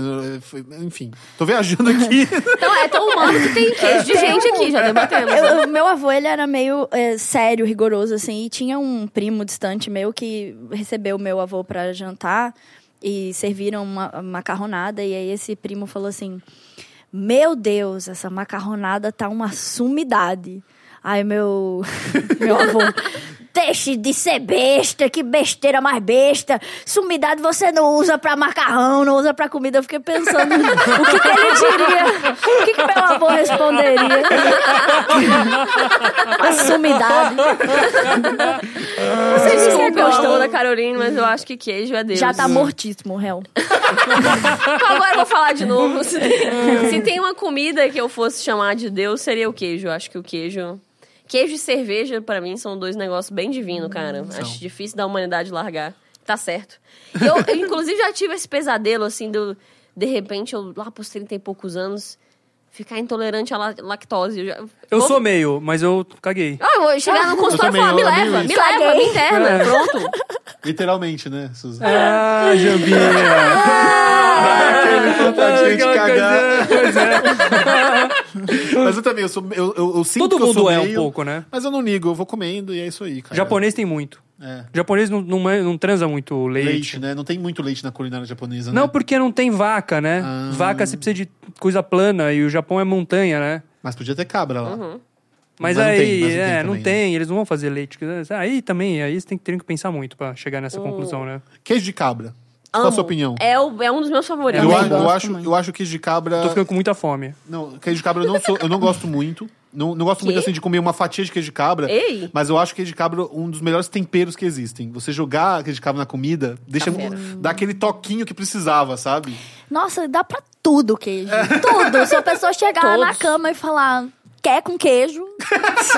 S1: é, enfim. Tô viajando aqui.
S3: Então é tão humano que tem queijo
S4: É
S3: de gente aqui, já debatemos.
S4: Eu- eu- meu avô, ele era meio é, sério, rigoroso, assim. E tinha um primo distante meu que recebeu meu avô pra jantar. E serviram uma uma macarronada. E aí esse primo falou assim... Meu Deus, essa macarronada tá uma sumidade. Aí meu, meu avô... Deixe de ser besta, que besteira mais besta. Sumidade você não usa pra macarrão, não usa pra comida. Eu fiquei pensando o que, que ele diria, o que, que meu avô responderia. A sumidade. Você disse que é
S3: Desculpa, eu
S4: gostoso.
S3: amor da Carolina, mas eu acho que queijo é Deus.
S4: Já tá mortíssimo, réu.
S3: Agora eu vou falar de novo. Se tem, se tem uma comida que eu fosse chamar de Deus, seria o queijo. Eu acho que o queijo. Queijo e cerveja, pra mim, são dois negócios bem divinos, cara. Acho difícil da humanidade largar. Tá certo. E Eu, eu, inclusive, já tive esse pesadelo, assim, do. De repente, eu lá pros 30 e poucos anos, ficar intolerante à la- lactose. Eu, já,
S2: Eu
S3: Vou-
S2: sou meio, mas eu caguei.
S3: Ah, eu vou chegar no consultório e
S1: também, É.
S3: falar: "Ah, me
S1: eu- eu-
S3: leva, me leva, me
S4: Caguei.
S3: interna. Pronto.
S1: Literalmente, né, Suzana?
S2: Ah, Jambinha.
S1: Vontade de
S2: É, Aquela
S1: cagar.
S2: coisa- Pois é.
S1: Mas eu também, eu, sou, eu, eu, eu sinto
S2: Todo
S1: que eu sou
S2: mundo é um
S1: meio,
S2: pouco, né?
S1: Mas eu não ligo, eu vou comendo e é isso aí, cara.
S2: Japonês tem muito.
S1: É.
S2: Japonês não, não, man- não transa muito leite.
S1: Leite, né? Não tem muito leite na culinária japonesa,
S2: Não,
S1: né? Ah.
S2: porque não tem vaca, né? Vaca você precisa de coisa plana e o Japão é montanha, né?
S1: Mas podia ter cabra lá. Mas
S2: Mas,
S1: não
S2: aí,
S1: tem, mas não tem
S2: é, não
S1: também, né?
S2: tem, eles não vão fazer leite. né, Aí também, aí você tem que ter que pensar muito pra chegar nessa conclusão, né?
S1: Queijo de cabra. Qual a
S3: Amo.
S1: sua opinião?
S3: É, o- é um dos meus favoritos.
S1: eu,
S4: também
S1: a- eu
S4: gosto
S1: acho,
S4: muito.
S1: eu acho queijo de cabra.
S2: Tô ficando com muita fome.
S1: Não, queijo de cabra eu não sou, eu não gosto muito. Não, não gosto muito assim de comer uma fatia de queijo de cabra.
S3: Ei!
S1: Mas eu acho queijo de cabra um dos melhores temperos que existem. Você jogar queijo de cabra na comida, deixa
S3: fera.
S1: dá aquele toquinho que precisava, sabe?
S4: Nossa, dá pra tudo queijo. Tudo. Se a pessoa chegar lá na
S3: Todos.
S4: cama e falar, quer com queijo,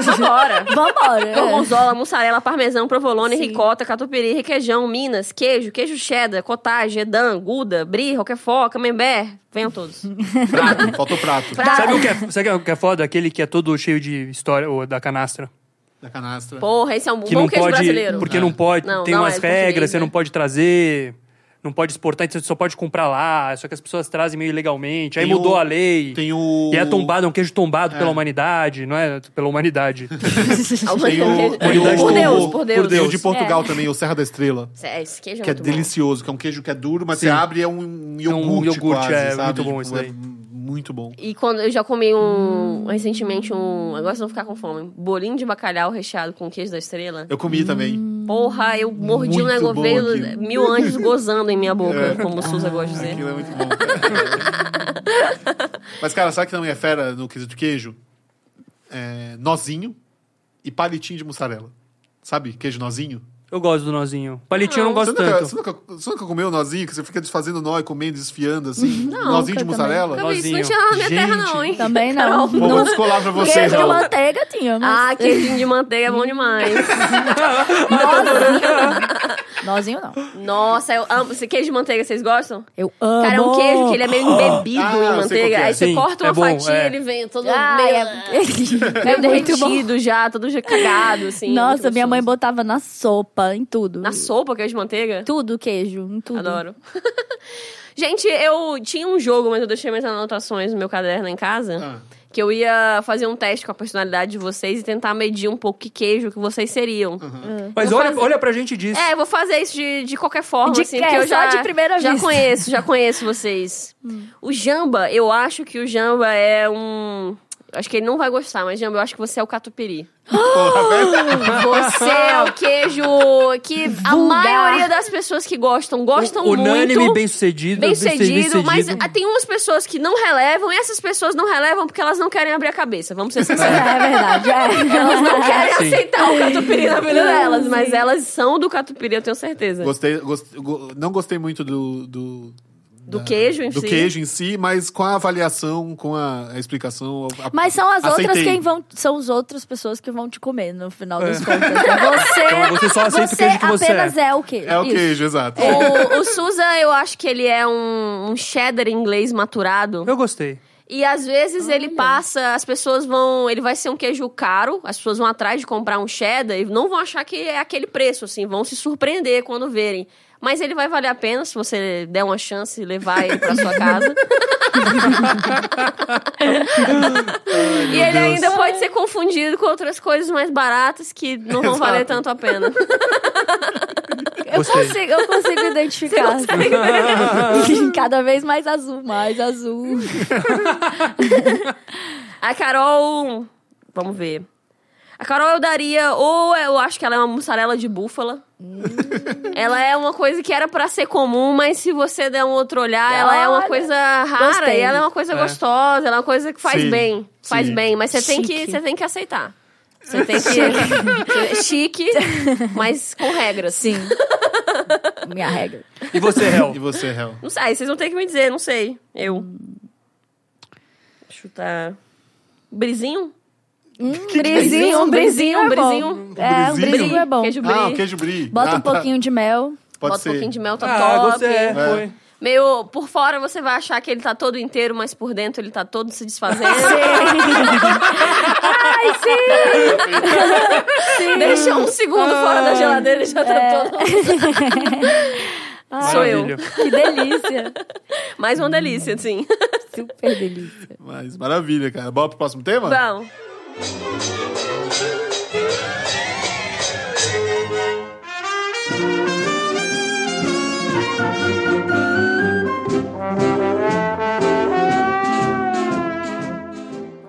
S3: Vambora.
S4: vambora. É.
S3: Gorgonzola, mussarela, parmesão, provolone,
S4: Sim.
S3: ricota, catupiry, requeijão, minas, queijo, queijo cheddar, cottage, edam, guda, brie, roquefort, camembert. Venham todos.
S1: Prato, faltou prato.
S2: Sabe o que é, sabe o que é foda? Aquele que é todo cheio de história, ou da canastra.
S1: Da canastra.
S3: Porra, esse é um
S2: Que
S3: bom
S2: não
S3: queijo
S2: pode.
S3: brasileiro.
S2: Porque
S1: Ah.
S2: não pode.
S3: Não,
S2: tem
S3: não
S2: umas
S3: é português,
S2: regras, você
S3: né?
S2: não pode trazer, não pode exportar, então você só pode comprar lá. Só que as pessoas trazem meio ilegalmente. Aí
S1: Tem
S2: mudou
S1: o-
S2: a lei.
S1: tem o-
S2: E é tombado, é um queijo tombado pela humanidade, não é? Pela humanidade.
S1: Tem o, tem o-
S3: Por Deus, por Deus.
S1: Por Deus. de Portugal também, o Serra da Estrela.
S3: É, esse queijo é
S1: Que é
S3: muito bom.
S1: delicioso, que é um queijo que é duro, mas
S2: Sim.
S1: você abre e é um, um iogurte,
S2: iogurte,
S1: quase,
S2: é,
S1: sabe?
S2: muito bom isso
S1: é
S2: daí.
S1: muito bom.
S3: E quando eu já comi um. Recentemente um. Agora vocês vão ficar com fome. Bolinho de bacalhau recheado com queijo da estrela.
S1: Eu comi também.
S3: Porra, eu mordi um
S1: Muito
S3: negócio,
S1: bom
S3: veio
S1: aquilo.
S3: mil anjos gozando em minha boca, como o Souza gosta de dizer.
S1: Aquilo é muito bom. cara. Mas, cara, sabe que também é fera no quesito queijo? É, nozinho e palitinho de mussarela. Sabe? Queijo nozinho.
S2: Eu gosto do nozinho. Palitinho eu não
S1: Ah, Você
S2: gosto
S1: nunca,
S2: tanto.
S1: você, nunca, você nunca comeu um nozinho? Que você fica desfazendo nó e comendo, desfiando, assim?
S4: Não,
S1: nozinho de
S4: nunca
S1: mussarela?
S3: Nunca vi isso, não
S2: Nozinho.
S3: tinha lá na minha terra, não, hein?
S4: Também não.
S1: Bom,
S4: Não-
S1: vou descolar pra vocês.
S4: Queijo de
S1: ó.
S4: manteiga tinha, mas
S3: Ah, queijinho de manteiga é bom demais. Ah,
S4: nozinho não.
S3: Nossa, eu amo. Esse queijo de manteiga, vocês gostam?
S4: Eu amo.
S3: Cara, é um queijo que ele é meio embebido
S1: Ah, eu sei qual que
S3: em manteiga.
S1: é.
S3: Aí você
S2: Sim,
S3: corta
S2: é
S3: uma
S2: bom,
S3: fatia
S2: é.
S3: ele vem todo
S4: Ah,
S3: meio,
S4: é...
S3: meio
S4: é muito bom.
S3: derretido já, todo já cagado, assim.
S4: Nossa,
S3: muito
S4: minha mãe
S3: gostoso.
S4: botava na sopa, em tudo.
S3: Na sopa, queijo de manteiga?
S4: Tudo, queijo, em tudo.
S3: Adoro. Gente, eu tinha um jogo, mas eu deixei minhas anotações no meu caderno em casa.
S1: Ah.
S3: Que eu ia fazer um teste com a personalidade de vocês e tentar medir um pouco que queijo que vocês seriam.
S4: Hum.
S2: Mas
S3: Vou
S2: olha,
S3: fazer.
S2: olha pra gente disso.
S3: É, eu vou fazer isso de, de qualquer forma,
S4: De
S3: assim,
S4: quê?
S3: porque eu
S4: Só
S3: já,
S4: de primeira
S3: já
S4: vista. Hum.
S3: conheço, já conheço vocês. O Jamba, eu acho que o Jamba é um... Acho que ele não vai gostar, mas Jamba, eu acho que você é o catupiry.
S1: Porra, velho.
S3: Você é o queijo que a
S4: Vulgar.
S3: maioria das pessoas que gostam, gostam muito.
S2: Unânime, bem sucedido.
S3: Bem sucedido, mas ah, tem umas pessoas que não relevam, e essas pessoas não relevam porque elas não querem abrir a cabeça, vamos ser
S4: É,
S3: sinceros.
S4: é verdade, é.
S3: Elas não querem
S2: Sim.
S3: aceitar o catupiry na vida delas, mas elas são do catupiry, eu tenho certeza.
S1: Gostei, gost- go- não gostei muito do, do,
S3: Do queijo em
S1: do
S3: si.
S1: queijo em si, mas com a avaliação, com a, a explicação. a-
S4: Mas são as outras
S1: aceitei.
S4: quem vão, são as outras pessoas que vão te comer no final das contas. né? Você,
S2: Então, você só aceita o queijo que você
S4: apenas é. o queijo.
S1: É o
S4: Isso.
S1: queijo, exato.
S3: O, o Souza, eu acho que ele é um, um cheddar inglês maturado.
S2: Eu gostei.
S3: E às vezes ele passa, as pessoas vão. Ele vai ser um queijo caro, as pessoas vão atrás de comprar um cheddar e não vão achar que é aquele preço, assim, vão se surpreender quando verem. Mas ele vai valer a pena se você der uma chance e levar ele pra sua casa. e ele ainda pode ser confundido com outras coisas mais baratas que não vão valer tanto a pena.
S4: Eu
S2: Gostei.
S4: consigo, eu consigo identificar.
S3: Tá
S4: assim. Cada vez mais azul, mais azul.
S3: A Carol. Vamos ver. A Carol eu daria, ou eu acho que ela é uma mussarela de búfala.
S4: Hum.
S3: ela é uma coisa que era pra ser comum, mas se você der um outro olhar, ela é uma
S4: Olha,
S3: coisa rara
S4: gostei.
S3: e ela é uma coisa
S2: É.
S3: gostosa, ela é uma coisa que faz
S1: Sim,
S3: bem. Faz
S1: sim.
S3: bem, mas você tem que,
S4: Chique.
S3: você tem que aceitar. Você tem que chique, mas com regras.
S4: Sim. Minha regra.
S2: E você, é Hel?
S1: E você, é Hel?
S3: Não sei, aí vocês vão ter que me dizer, não sei. Eu.
S4: Hum.
S3: Chutar. Brisinho?
S4: Um brisinho, um brisinho,
S3: um
S4: é bom.
S3: brisinho.
S4: É, um
S1: Brisinho?
S4: brisinho é bom.
S3: Queijo brie.
S1: Ah, o queijo brie.
S4: Bota
S1: Ah,
S4: um
S1: tá.
S4: pouquinho de mel.
S1: Pode
S3: Bota
S1: ser.
S3: um pouquinho de mel, tá
S2: Ah,
S3: top.
S2: gostei. É, foi.
S3: Meio por fora você vai achar que ele tá todo inteiro, mas por dentro ele tá todo se desfazendo.
S4: Ai, sim! sim.
S3: Deixa um segundo fora
S2: Ah.
S3: da geladeira e já tá
S2: É.
S4: É.
S3: todo.
S2: Ah.
S4: Ai,
S3: Sou eu.
S2: Maravilha.
S4: Que delícia.
S3: Mais uma delícia, assim.
S4: Super delícia.
S1: Mas maravilha, cara. Bora pro próximo tema?
S3: Bom.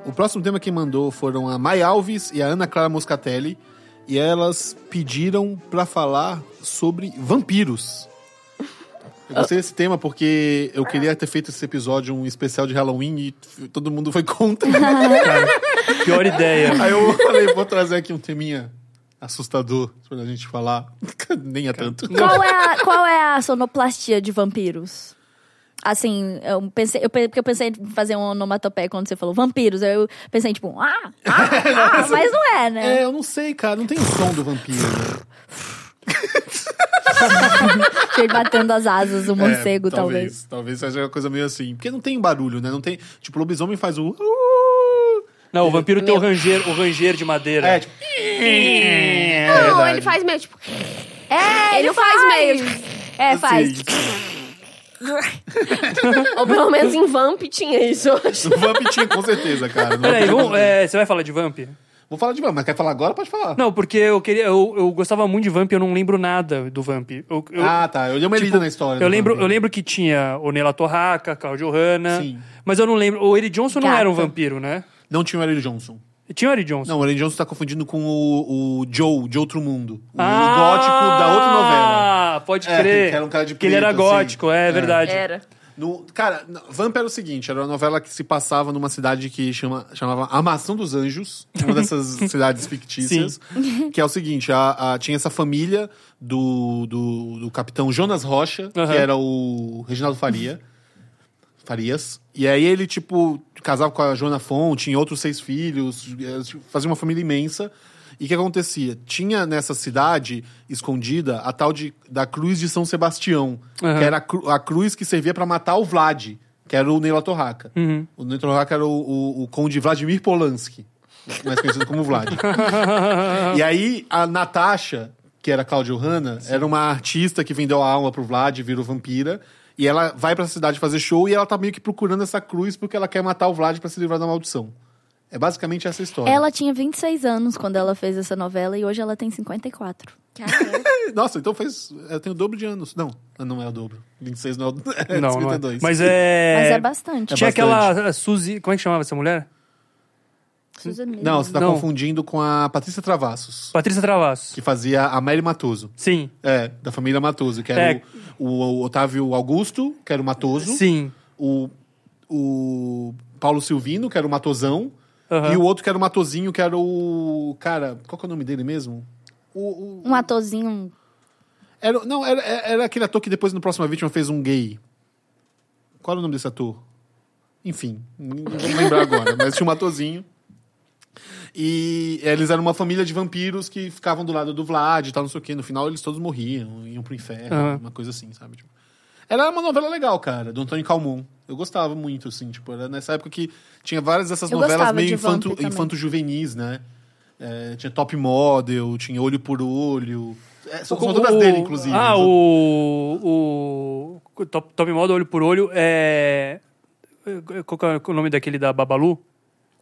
S1: O próximo tema que mandou foram a Mai Alves e a Ana Clara Moscatelli. E elas pediram pra falar sobre vampiros. Eu gostei desse tema porque eu queria ter feito esse episódio um especial de Halloween e f- todo mundo foi contra.
S2: Pior ideia.
S1: Aí eu falei, vou trazer aqui um teminha assustador pra gente falar. Nem é tanto.
S4: Qual é, a, qual é a sonoplastia de vampiros? Assim, eu pensei, eu, pe- porque eu pensei em fazer um onomatopeia quando você falou vampiros. Eu pensei, tipo, ah, ah, ah, mas não é, né?
S1: É, eu não sei, cara. Não tem o som do vampiro. né?
S4: Ele batendo as asas do morcego,
S1: É,
S4: talvez.
S1: Talvez seja uma coisa meio assim. Porque não tem barulho, né? Não tem. Tipo, o lobisomem faz o.
S2: Não, o vampiro tem o ranger, o ranger de madeira.
S1: É, tipo. é
S3: Não,
S1: verdade.
S3: ele faz meio tipo.
S4: É,
S3: Ele faz meio.
S4: É, faz.
S1: Assim,
S3: Ou pelo menos em Vamp tinha isso, eu acho.
S1: o vamp tinha, com certeza, cara.
S2: Peraí, vamos- é, você vai falar de Vamp?
S1: Vou falar de vamp, mas quer falar agora? Pode falar.
S2: Não, porque eu queria. Eu, eu gostava muito de Vamp, eu não lembro nada do Vamp. Eu, eu-
S1: ah, tá. Eu dei uma
S2: tipo,
S1: lida na história. né?
S2: Eu
S1: do
S2: lembro,
S1: vamp.
S2: eu lembro que tinha o Nela Torraca, Carl Johanna.
S1: Sim.
S2: Mas eu não lembro. O Eric Johnson não
S4: Gata.
S2: era um vampiro, né?
S1: Não tinha o Eric Johnson.
S2: Tinha o Eric Johnson.
S1: Não, o Ellen Johnson tá confundindo com o, o Joe, de outro mundo. O
S2: Ah,
S1: gótico da outra novela.
S2: Pode
S1: É,
S2: crer.
S1: que era um cara de
S2: Que ele
S1: preto,
S2: era
S1: assim.
S2: gótico, é,
S1: É.
S2: verdade.
S3: Era.
S1: No, cara, n- Vamp era o seguinte: era uma novela que se passava numa cidade que chama, chamava Armação dos Anjos, uma dessas cidades fictícias. Que é o seguinte: a- a- tinha essa família do, do, do capitão Jonas Rocha,
S2: Aham.
S1: que era o Reginaldo Faria. Farias. E aí ele, tipo, casava com a Joana Fonte, tinha outros seis filhos, eh, tipo, fazia uma família imensa. E o que acontecia? Tinha nessa cidade escondida a tal de, da Cruz de São Sebastião,
S2: Aham.
S1: que era a, cru- a cruz que servia pra matar o Vlad, que era o Neila Torraca.
S2: Uhum.
S1: O Neila Torraca era o, o- o conde Vladimir Polanski, mais conhecido como Vlad. E aí, a Natasha, que era Cláudio Hanna, era uma artista que vendeu a alma pro Vlad, virou vampira. E ela vai pra cidade fazer show e ela tá meio que procurando essa cruz porque ela quer matar o Vlad pra se livrar da maldição. É basicamente essa história.
S4: Ela tinha 26 anos quando ela fez essa novela e hoje ela tem 54.
S3: Caramba.
S1: Nossa, então fez. Ela tem o dobro de anos. Não, não é o dobro. 26 não é o. É
S2: Não, não é.
S1: 52.
S2: Mas é...
S4: Mas é bastante.
S2: Tinha
S1: É
S2: aquela Suzy... Como é que chamava essa mulher?
S4: Susan Miller.
S1: Não, você tá
S2: Não.
S1: confundindo com a Patrícia Travassos,
S2: Patrícia Travasso.
S1: que fazia a Mary Matoso.
S2: Sim,
S1: É, da família Matoso, que era
S2: É.
S1: o, o Otávio Augusto, que era o Matoso.
S2: sim.
S1: o, o Paulo Silvino, que era o Matosão,
S2: Aham.
S1: e o outro que era o Matozinho, que era o. Cara, qual que é o nome dele mesmo? O, o-
S4: Um atorzinho.
S1: era, não, era, é, era aquele ator que depois no próximo Vítima fez um gay. Qual era o nome desse ator? Enfim, não vou lembrar agora, mas tinha um Matozinho. E é, eles eram uma família de vampiros que ficavam do lado do Vlad e tal, não sei o quê. No final eles todos morriam, iam pro inferno,
S2: Aham.
S1: uma coisa assim, sabe? Tipo, era uma novela legal, cara, do Antônio Calmon. Eu gostava muito, assim, tipo, era nessa época que tinha várias dessas
S4: Eu
S1: novelas
S4: gostava
S1: meio
S4: de Vamp
S1: infanto,
S4: também.
S1: infanto-juvenis, né? É, tinha Top Model, tinha Olho por Olho. É, são, são
S2: O-
S1: todas
S2: o-
S1: dele, inclusive.
S2: Ah, o... o top, top Model, Olho por Olho, é... Qual que é o nome daquele da Babalu?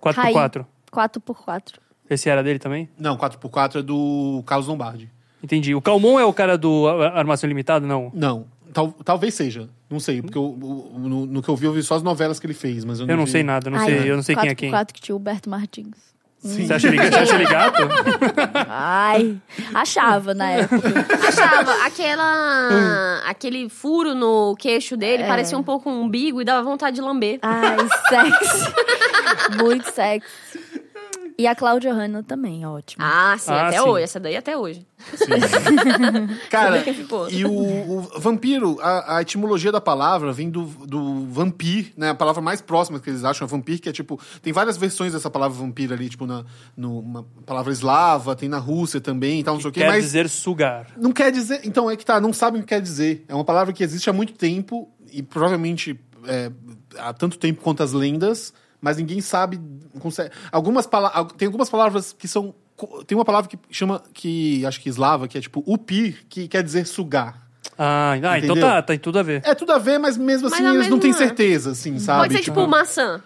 S2: 4x4.
S4: 4x4.
S2: Esse era dele também?
S1: Não, 4x4 é do Carlos Lombardi.
S2: Entendi. O Calmon é o cara do Ar- Armação Ilimitada? Não.
S1: Não, tal- talvez seja. Não sei, porque eu- o- no, no que eu vi, eu vi só as novelas que ele fez, mas eu não
S2: Eu não
S1: vi.
S2: sei nada, não sei, eu não sei quem é quem.
S4: 4x4 que tinha o Humberto Martins.
S1: Sim.
S2: Você acha ele, você acha ele gato?
S4: Ai, achava na época.
S3: Achava aquela, aquele furo no queixo
S2: É.
S3: dele, parecia um pouco um umbigo e dava vontade de lamber.
S2: Ah.
S4: Ai, sexy. Muito sexy. E a Cláudia Hanna também, ótimo.
S3: Ah, sim,
S2: Ah,
S3: até
S2: sim.
S3: hoje. Essa daí até hoje.
S1: Cara,
S3: Quem ficou?
S1: e o, o vampiro, a, a etimologia da palavra vem do, do vampir, né? A palavra mais próxima que eles acham é vampir, que é tipo. Tem várias versões dessa palavra vampiro ali, tipo, na no, uma palavra eslava, tem na Rússia também e tal, não sei o quê,
S2: Quer
S1: mas.
S2: dizer sugar.
S1: Não quer dizer. Então, é que tá, não sabem o que quer dizer. É uma palavra que existe há muito tempo e provavelmente é, há tanto tempo quanto as lendas, mas ninguém sabe. consegue- algumas pala- al- Tem algumas palavras que são. co- Tem uma palavra que chama, que acho que eslava, que é tipo upir, que quer dizer sugar.
S2: Ah, ah, então
S1: Entendeu?
S2: tá, tá em tudo a ver.
S1: É tudo a ver, mas mesmo
S3: Mas
S1: assim
S3: ao
S1: eles não
S3: mesmo
S1: têm
S3: é.
S1: certeza, assim, sabe?
S3: Pode ser tipo maçã.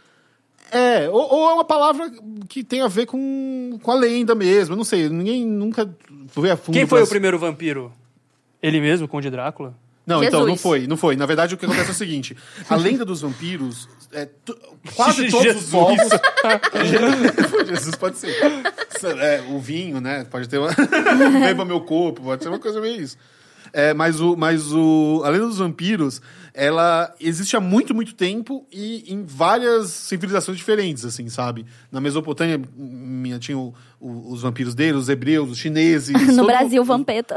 S1: É, ou, ou é uma palavra que tem a ver com, com a lenda mesmo. Eu não sei, ninguém nunca foi a fundo.
S2: Quem foi
S1: mas-
S2: o primeiro vampiro? Ele mesmo, Conde Drácula?
S1: Não,
S3: Jesus.
S1: então, não foi, não foi. Na verdade, o que acontece é o seguinte: a lenda dos vampiros, é, tu- quase todos os
S2: Jesus.
S1: povos. Jesus pode ser. É, o vinho, né? Pode ter uma. Beba meu corpo, pode ser uma coisa meio isso. É, mas o, mas o, a lenda dos vampiros, ela existe há muito, muito tempo e em várias civilizações diferentes, assim, sabe? Na Mesopotâmia minha, tinha o- o- os vampiros deles, os hebreus, os chineses.
S3: Ah,
S1: todo
S4: No
S1: mundo-
S4: Brasil, Vampeta.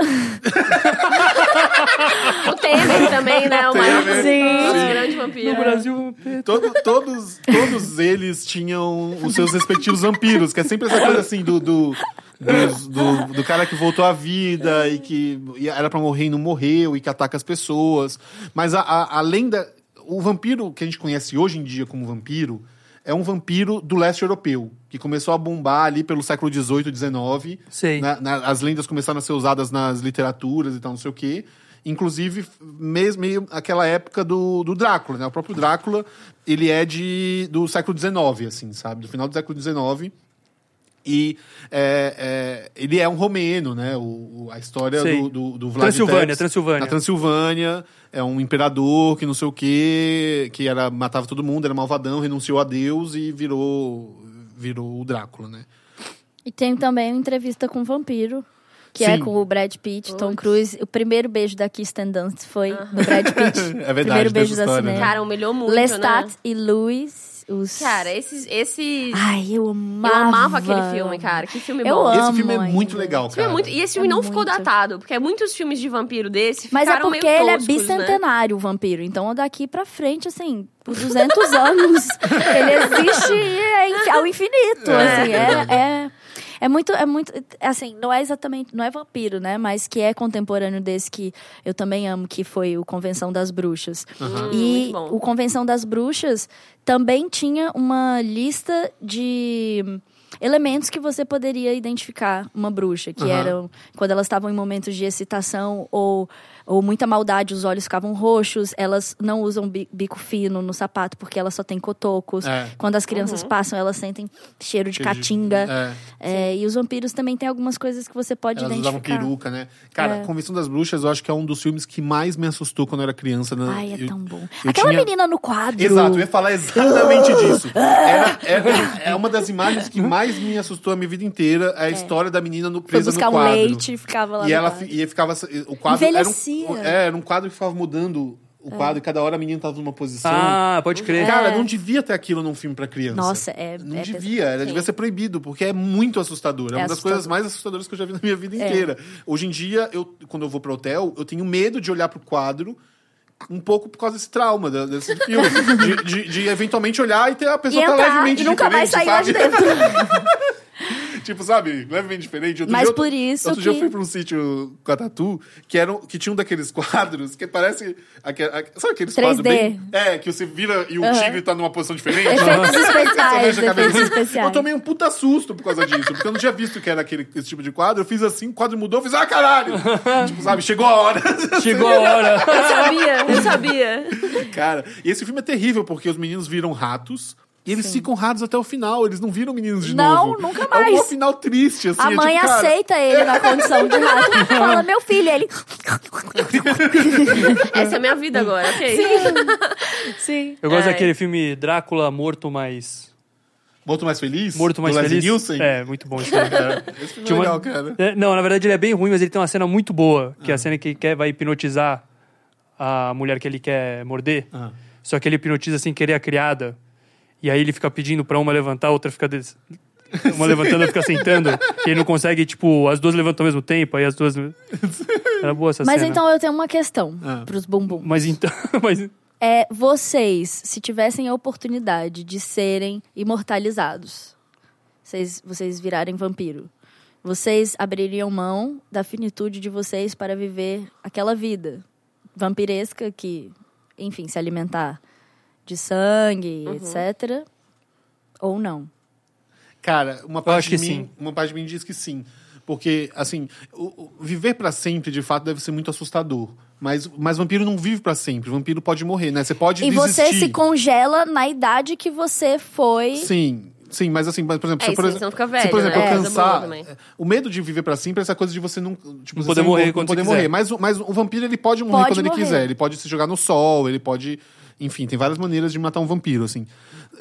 S3: O Temer também, né? O maior Sim. grande vampiro.
S2: No Brasil,
S1: Todo- todos, todos eles tinham os seus respectivos vampiros, que é sempre essa coisa assim do. do... dos- do, do cara que voltou à vida e que e era pra morrer e não morreu e que ataca as pessoas. Mas a, a, a lenda. O vampiro que a gente conhece hoje em dia como vampiro é um vampiro do leste europeu, que começou a bombar ali pelo século né? XVIII, XIX.
S2: Sei.
S1: Na- na- as lendas começaram a ser usadas nas literaturas e tal, não sei o quê. Inclusive, mesmo meio aquela época do, do Drácula, né? O próprio Drácula, ele é de, do século XIX, assim, sabe? Do final do século XIX. E é, é, ele é um romeno, né? O, o- a história
S2: Sei.
S1: do, do, do Vlad
S2: Transilvânia,
S1: Tepes,
S2: Transilvânia.
S1: Na Transilvânia, é um imperador que não sei o quê, que era, matava todo mundo, era malvadão, renunciou a Deus e virou virou o Drácula, né?
S4: E tem também uma entrevista com o vampiro. Que é
S1: Sim.
S4: com o Brad Pitt, Tom
S3: Putz.
S4: Cruise. O primeiro beijo da Kirsten Dunst foi do Brad Pitt.
S3: né?
S1: É verdade,
S4: Primeiro beijo
S1: dessa
S4: da
S1: história, né?
S4: cinema.
S3: Cara, humilhou muito,
S4: Lestat
S3: né?
S4: e Lewis. Os...
S3: Cara, esses... esses...
S4: Ai, Ah, eu
S3: eu
S4: amava.
S3: amava aquele filme, cara. Que filme
S4: Eu
S3: bom.
S4: amo.
S1: Esse filme é
S4: ainda.
S1: muito legal,
S3: Esse filme
S1: cara.
S3: é muito- E esse filme
S4: É
S3: não ficou
S4: muito.
S3: datado, porque muitos filmes de vampiro desse
S4: Mas é
S3: ficaram
S4: porque
S3: meio
S4: ele é
S3: toscos, né?
S4: bicentenário, o vampiro. Então, daqui pra frente, assim, por 200 anos, ele existe e é inf- ao infinito.
S1: É,
S4: assim,
S1: verdade.
S4: é, é, é muito, é muito, assim, não é exatamente, não é vampiro, né? Mas que é contemporâneo desse que eu também amo, que foi o Convenção das Bruxas.
S3: Hum,
S4: E
S3: muito bom.
S4: o Convenção das Bruxas também tinha uma lista de elementos que você poderia identificar uma bruxa, que
S3: Uhum.
S1: Aham.
S4: eram quando elas estavam em momentos de excitação ou, ou muita maldade, os olhos ficavam roxos, elas não usam bi- bico fino no sapato porque elas só têm cotocos.
S1: É.
S4: Quando as crianças passam, elas sentem cheiro de
S1: Cheiro de-
S4: caatinga.
S1: É.
S4: É, e os vampiros também têm algumas coisas que você pode
S1: Elas usavam
S4: identificar.
S1: peruca, né? Cara,
S4: É.
S1: Convenção das Bruxas eu acho que é um dos filmes que mais me assustou quando eu era criança. Né?
S4: Ai, é
S1: Eu-
S4: tão bom.
S1: eu
S4: Aquela
S1: tinha-
S4: menina no quadro.
S1: Exato, eu ia falar exatamente disso. Era- era- é uma das imagens que mais me assustou a minha vida inteira. É a história da menina no,
S4: Foi
S1: presa no
S4: buscar um
S1: quadro.
S4: leite, ficava lá
S1: e
S4: no
S1: ela
S4: quadro.
S1: fi- e ficava. O quadro
S4: Envelhecia. É.
S1: Era um, é, era um quadro que ficava mudando o quadro e cada hora a menina tava numa posição.
S2: Ah, pode crer.
S1: Cara, não devia ter aquilo num filme pra criança.
S4: Nossa, é-
S1: Não
S4: é
S1: devia, era, devia ser proibido, porque é muito assustador. É, uma
S4: É
S1: das
S4: assustador. É.
S1: coisas mais assustadoras que eu já vi na minha vida inteira. Hoje em dia, eu, quando eu vou pro hotel, eu tenho medo de olhar pro quadro. Um pouco por causa desse trauma da- desse filme. de, de- de eventualmente olhar e ter a pessoa
S4: e
S1: tá
S4: entrar
S1: levemente
S4: e nunca mais sair
S1: diferente,
S4: lá de
S1: sabe?
S4: dentro.
S1: Tipo, sabe, levemente diferente. Outro
S4: Mas
S1: dia eu-
S4: por isso
S1: Outro dia eu
S4: que-
S1: fui pra um sítio com a Tatu, que, era, um- que tinha um daqueles quadros que parece... aque- aque- sabe aqueles quadros
S4: 3D?
S1: bem... É, que você vira e o
S4: Aham.
S1: tigre tá numa posição diferente?
S4: Efeitos especiais,
S1: Você mexe a cabeça.
S4: efeitos
S1: Eu
S4: especiais.
S1: tomei um puta susto por causa disso, porque eu não tinha visto que era aquele, esse tipo de quadro. Eu fiz assim, o quadro mudou, eu fiz, ah, caralho! tipo, sabe, chegou a hora.
S2: Chegou a hora.
S3: Eu sabia, eu sabia.
S1: Cara, e esse filme é terrível, porque os meninos viram ratos. E eles ficam ratos até o final, eles não viram meninos de
S4: Não,
S1: novo.
S4: nunca
S1: É um
S4: mais.
S1: final triste, assim.
S4: A
S1: é
S4: mãe
S1: tipo, cara,
S4: aceita ele na condição de rato. Fala, meu filho, ele.
S3: Essa é a minha vida agora, ok?
S4: Sim.
S2: Eu gosto
S3: Ai.
S2: daquele filme Drácula Morto Mais.
S1: Morto Mais Feliz?
S2: Morto Mais
S1: do
S2: Feliz.
S1: Leslie Nielsen?
S2: É, muito bom esse filme.
S1: É, Esse filme é
S2: Tinha uma-
S1: legal, cara.
S2: É, Não, na verdade ele é bem ruim, mas ele tem uma cena muito boa,
S1: Ah.
S2: que é a cena que quer, vai hipnotizar a mulher que ele quer morder.
S1: Ah.
S2: Só que ele hipnotiza sem querer a criada. E aí ele fica pedindo pra uma levantar, a outra fica. des- Uma levantando, a outra fica sentando. E ele não consegue, tipo, as duas levantam ao mesmo tempo, aí as duas. Era boa essa
S4: Mas
S2: cena.
S4: então eu tenho uma questão
S1: Ah.
S4: pros bumbum.
S2: Mas então. Mas...
S4: É, vocês, se tivessem a oportunidade de serem imortalizados, vocês, vocês virarem vampiro, vocês abririam mão da finitude de vocês para viver aquela vida vampiresca que, enfim, se alimentar de sangue,
S3: Uhum.
S4: etc. Ou não?
S1: Cara, uma parte,
S2: acho que
S1: de mim,
S2: sim.
S1: uma parte de mim diz que sim. Porque, assim, o- o viver pra sempre, de fato, deve ser muito assustador. Mas, mas vampiro não vive pra sempre. Vampiro pode morrer, né? Você pode
S4: E
S1: desistir.
S4: você se congela na idade que você foi.
S1: Sim, sim, mas assim, mas, por exemplo,
S3: É,
S1: se, eu, por
S3: sim,
S1: exemplo,
S3: você não fica
S1: se,
S3: velho,
S1: por exemplo,
S3: né?
S1: eu
S3: É, você muda
S1: cansar,
S3: também.
S1: o medo de viver pra sempre é essa coisa de você não, tipo,
S2: Não
S1: você
S2: poder
S1: ser
S2: morrer
S1: imor-
S2: quando
S1: não poder
S2: você quiser.
S1: morrer. Mas, o- mas o vampiro ele pode morrer
S4: Pode
S1: quando ele
S4: morrer.
S1: quiser, ele pode se jogar no sol, ele pode, enfim, tem várias maneiras de matar um vampiro, assim.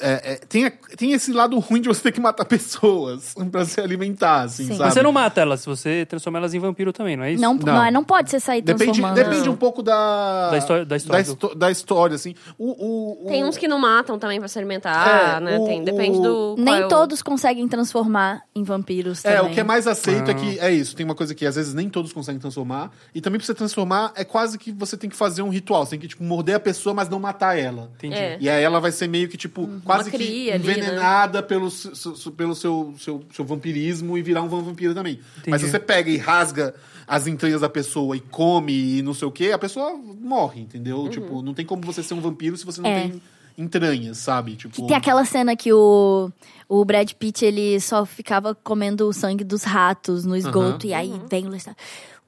S1: É, é, tem, a- tem esse lado ruim de você ter que matar pessoas pra se alimentar, assim,
S4: Sim.
S1: sabe?
S2: Você não mata elas, você transforma elas em vampiro também, não é isso?
S4: Não,
S1: Não.
S4: não. é- não pode você sair
S1: Depende,
S4: transformando.
S1: depende um pouco da...
S2: né? Da história- da história do-
S1: histo- da história, assim. O, o- o-
S3: Tem uns que não matam também pra se alimentar,
S1: É,
S3: né?
S1: o-
S3: Tem, depende do. qual é
S4: Nem
S3: o-
S4: todos conseguem transformar em vampiros
S1: É,
S4: também.
S1: o que é mais aceito é que
S2: Ah.
S1: é isso. Tem uma coisa que às vezes nem todos conseguem transformar. E também pra você transformar, é quase que você tem que fazer um ritual. Você tem que, tipo, morder a pessoa, mas não matar ela.
S2: Entendi.
S3: É.
S1: E aí ela vai ser meio que, tipo, quase
S3: Uma
S1: que
S3: cria ali,
S1: envenenada pelo, su- su- pelo seu, seu, seu vampirismo e virar um vam- vampiro também. Mas se
S2: Entendi.
S1: você pega e rasga as entranhas da pessoa e come e não sei o quê, a pessoa morre, entendeu? Tipo, não tem como você ser um vampiro se você não
S4: É.
S1: tem entranhas, sabe? Tipo,
S4: Tem aquela cena que o, o Brad Pitt, ele só ficava comendo o sangue dos ratos no esgoto. E
S3: Uhum.
S4: aí vem o Lestat...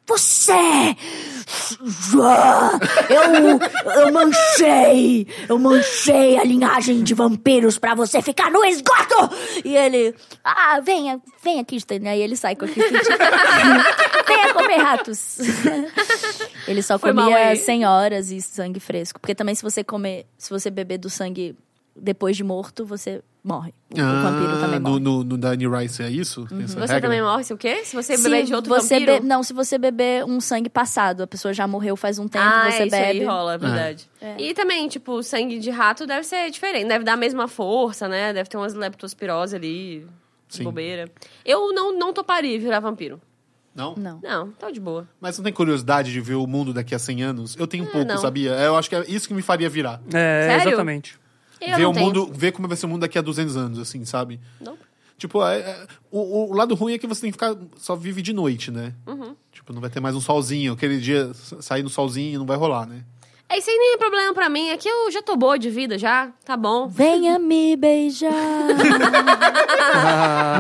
S4: Você! Eu, eu manchei! Eu manchei a linhagem de vampiros pra você ficar no esgoto! E ele... Ah, venha, venha, Kirsten. E aí ele sai com aquele Venha comer ratos. Ele só
S3: Foi mal
S4: comia
S3: aí.
S4: sem horas e sangue fresco. Porque também se você comer... Se você beber do sangue depois de morto, você morre. O, o
S1: Ah,
S4: vampiro também
S1: no,
S4: morre.
S1: no, no Danny Rice é isso? Tem essa
S3: Você
S1: regra?
S3: também morre se o quê? Se você
S4: Se
S3: beber de outro
S4: você
S3: vampiro?
S4: be- Não, se você beber um sangue passado, a pessoa já morreu faz um tempo,
S3: ah,
S4: você
S3: isso
S4: bebe.
S3: aí rola, é verdade.
S4: É.
S3: E também, tipo, o sangue de rato deve ser diferente. Deve dar a mesma força, né? Deve ter umas leptospirose ali,
S1: Sim.
S3: bobeira. Eu não, não toparia virar vampiro.
S1: Não?
S4: Não.
S3: Não, tá de boa.
S1: Mas não tem curiosidade de ver o mundo daqui a 100 anos? Eu tenho um pouco,
S3: Ah, não.
S1: sabia? Eu acho que é isso que me faria virar.
S2: É,
S3: Sério?
S2: exatamente.
S3: Eu
S1: ver
S3: não
S1: o
S3: tenho.
S1: mundo, ver como vai ser o mundo daqui a 200 anos, assim, sabe?
S3: Não.
S1: Tipo, é- é- o, o lado ruim é que você tem que ficar só vive de noite, né?
S3: Uhum.
S1: Tipo, não vai ter mais um solzinho, aquele dia s- sair no solzinho não vai rolar, né?
S3: É, isso aí nem é problema pra mim. É que eu já tô boa de vida, já. Tá bom.
S4: Venha me beijar,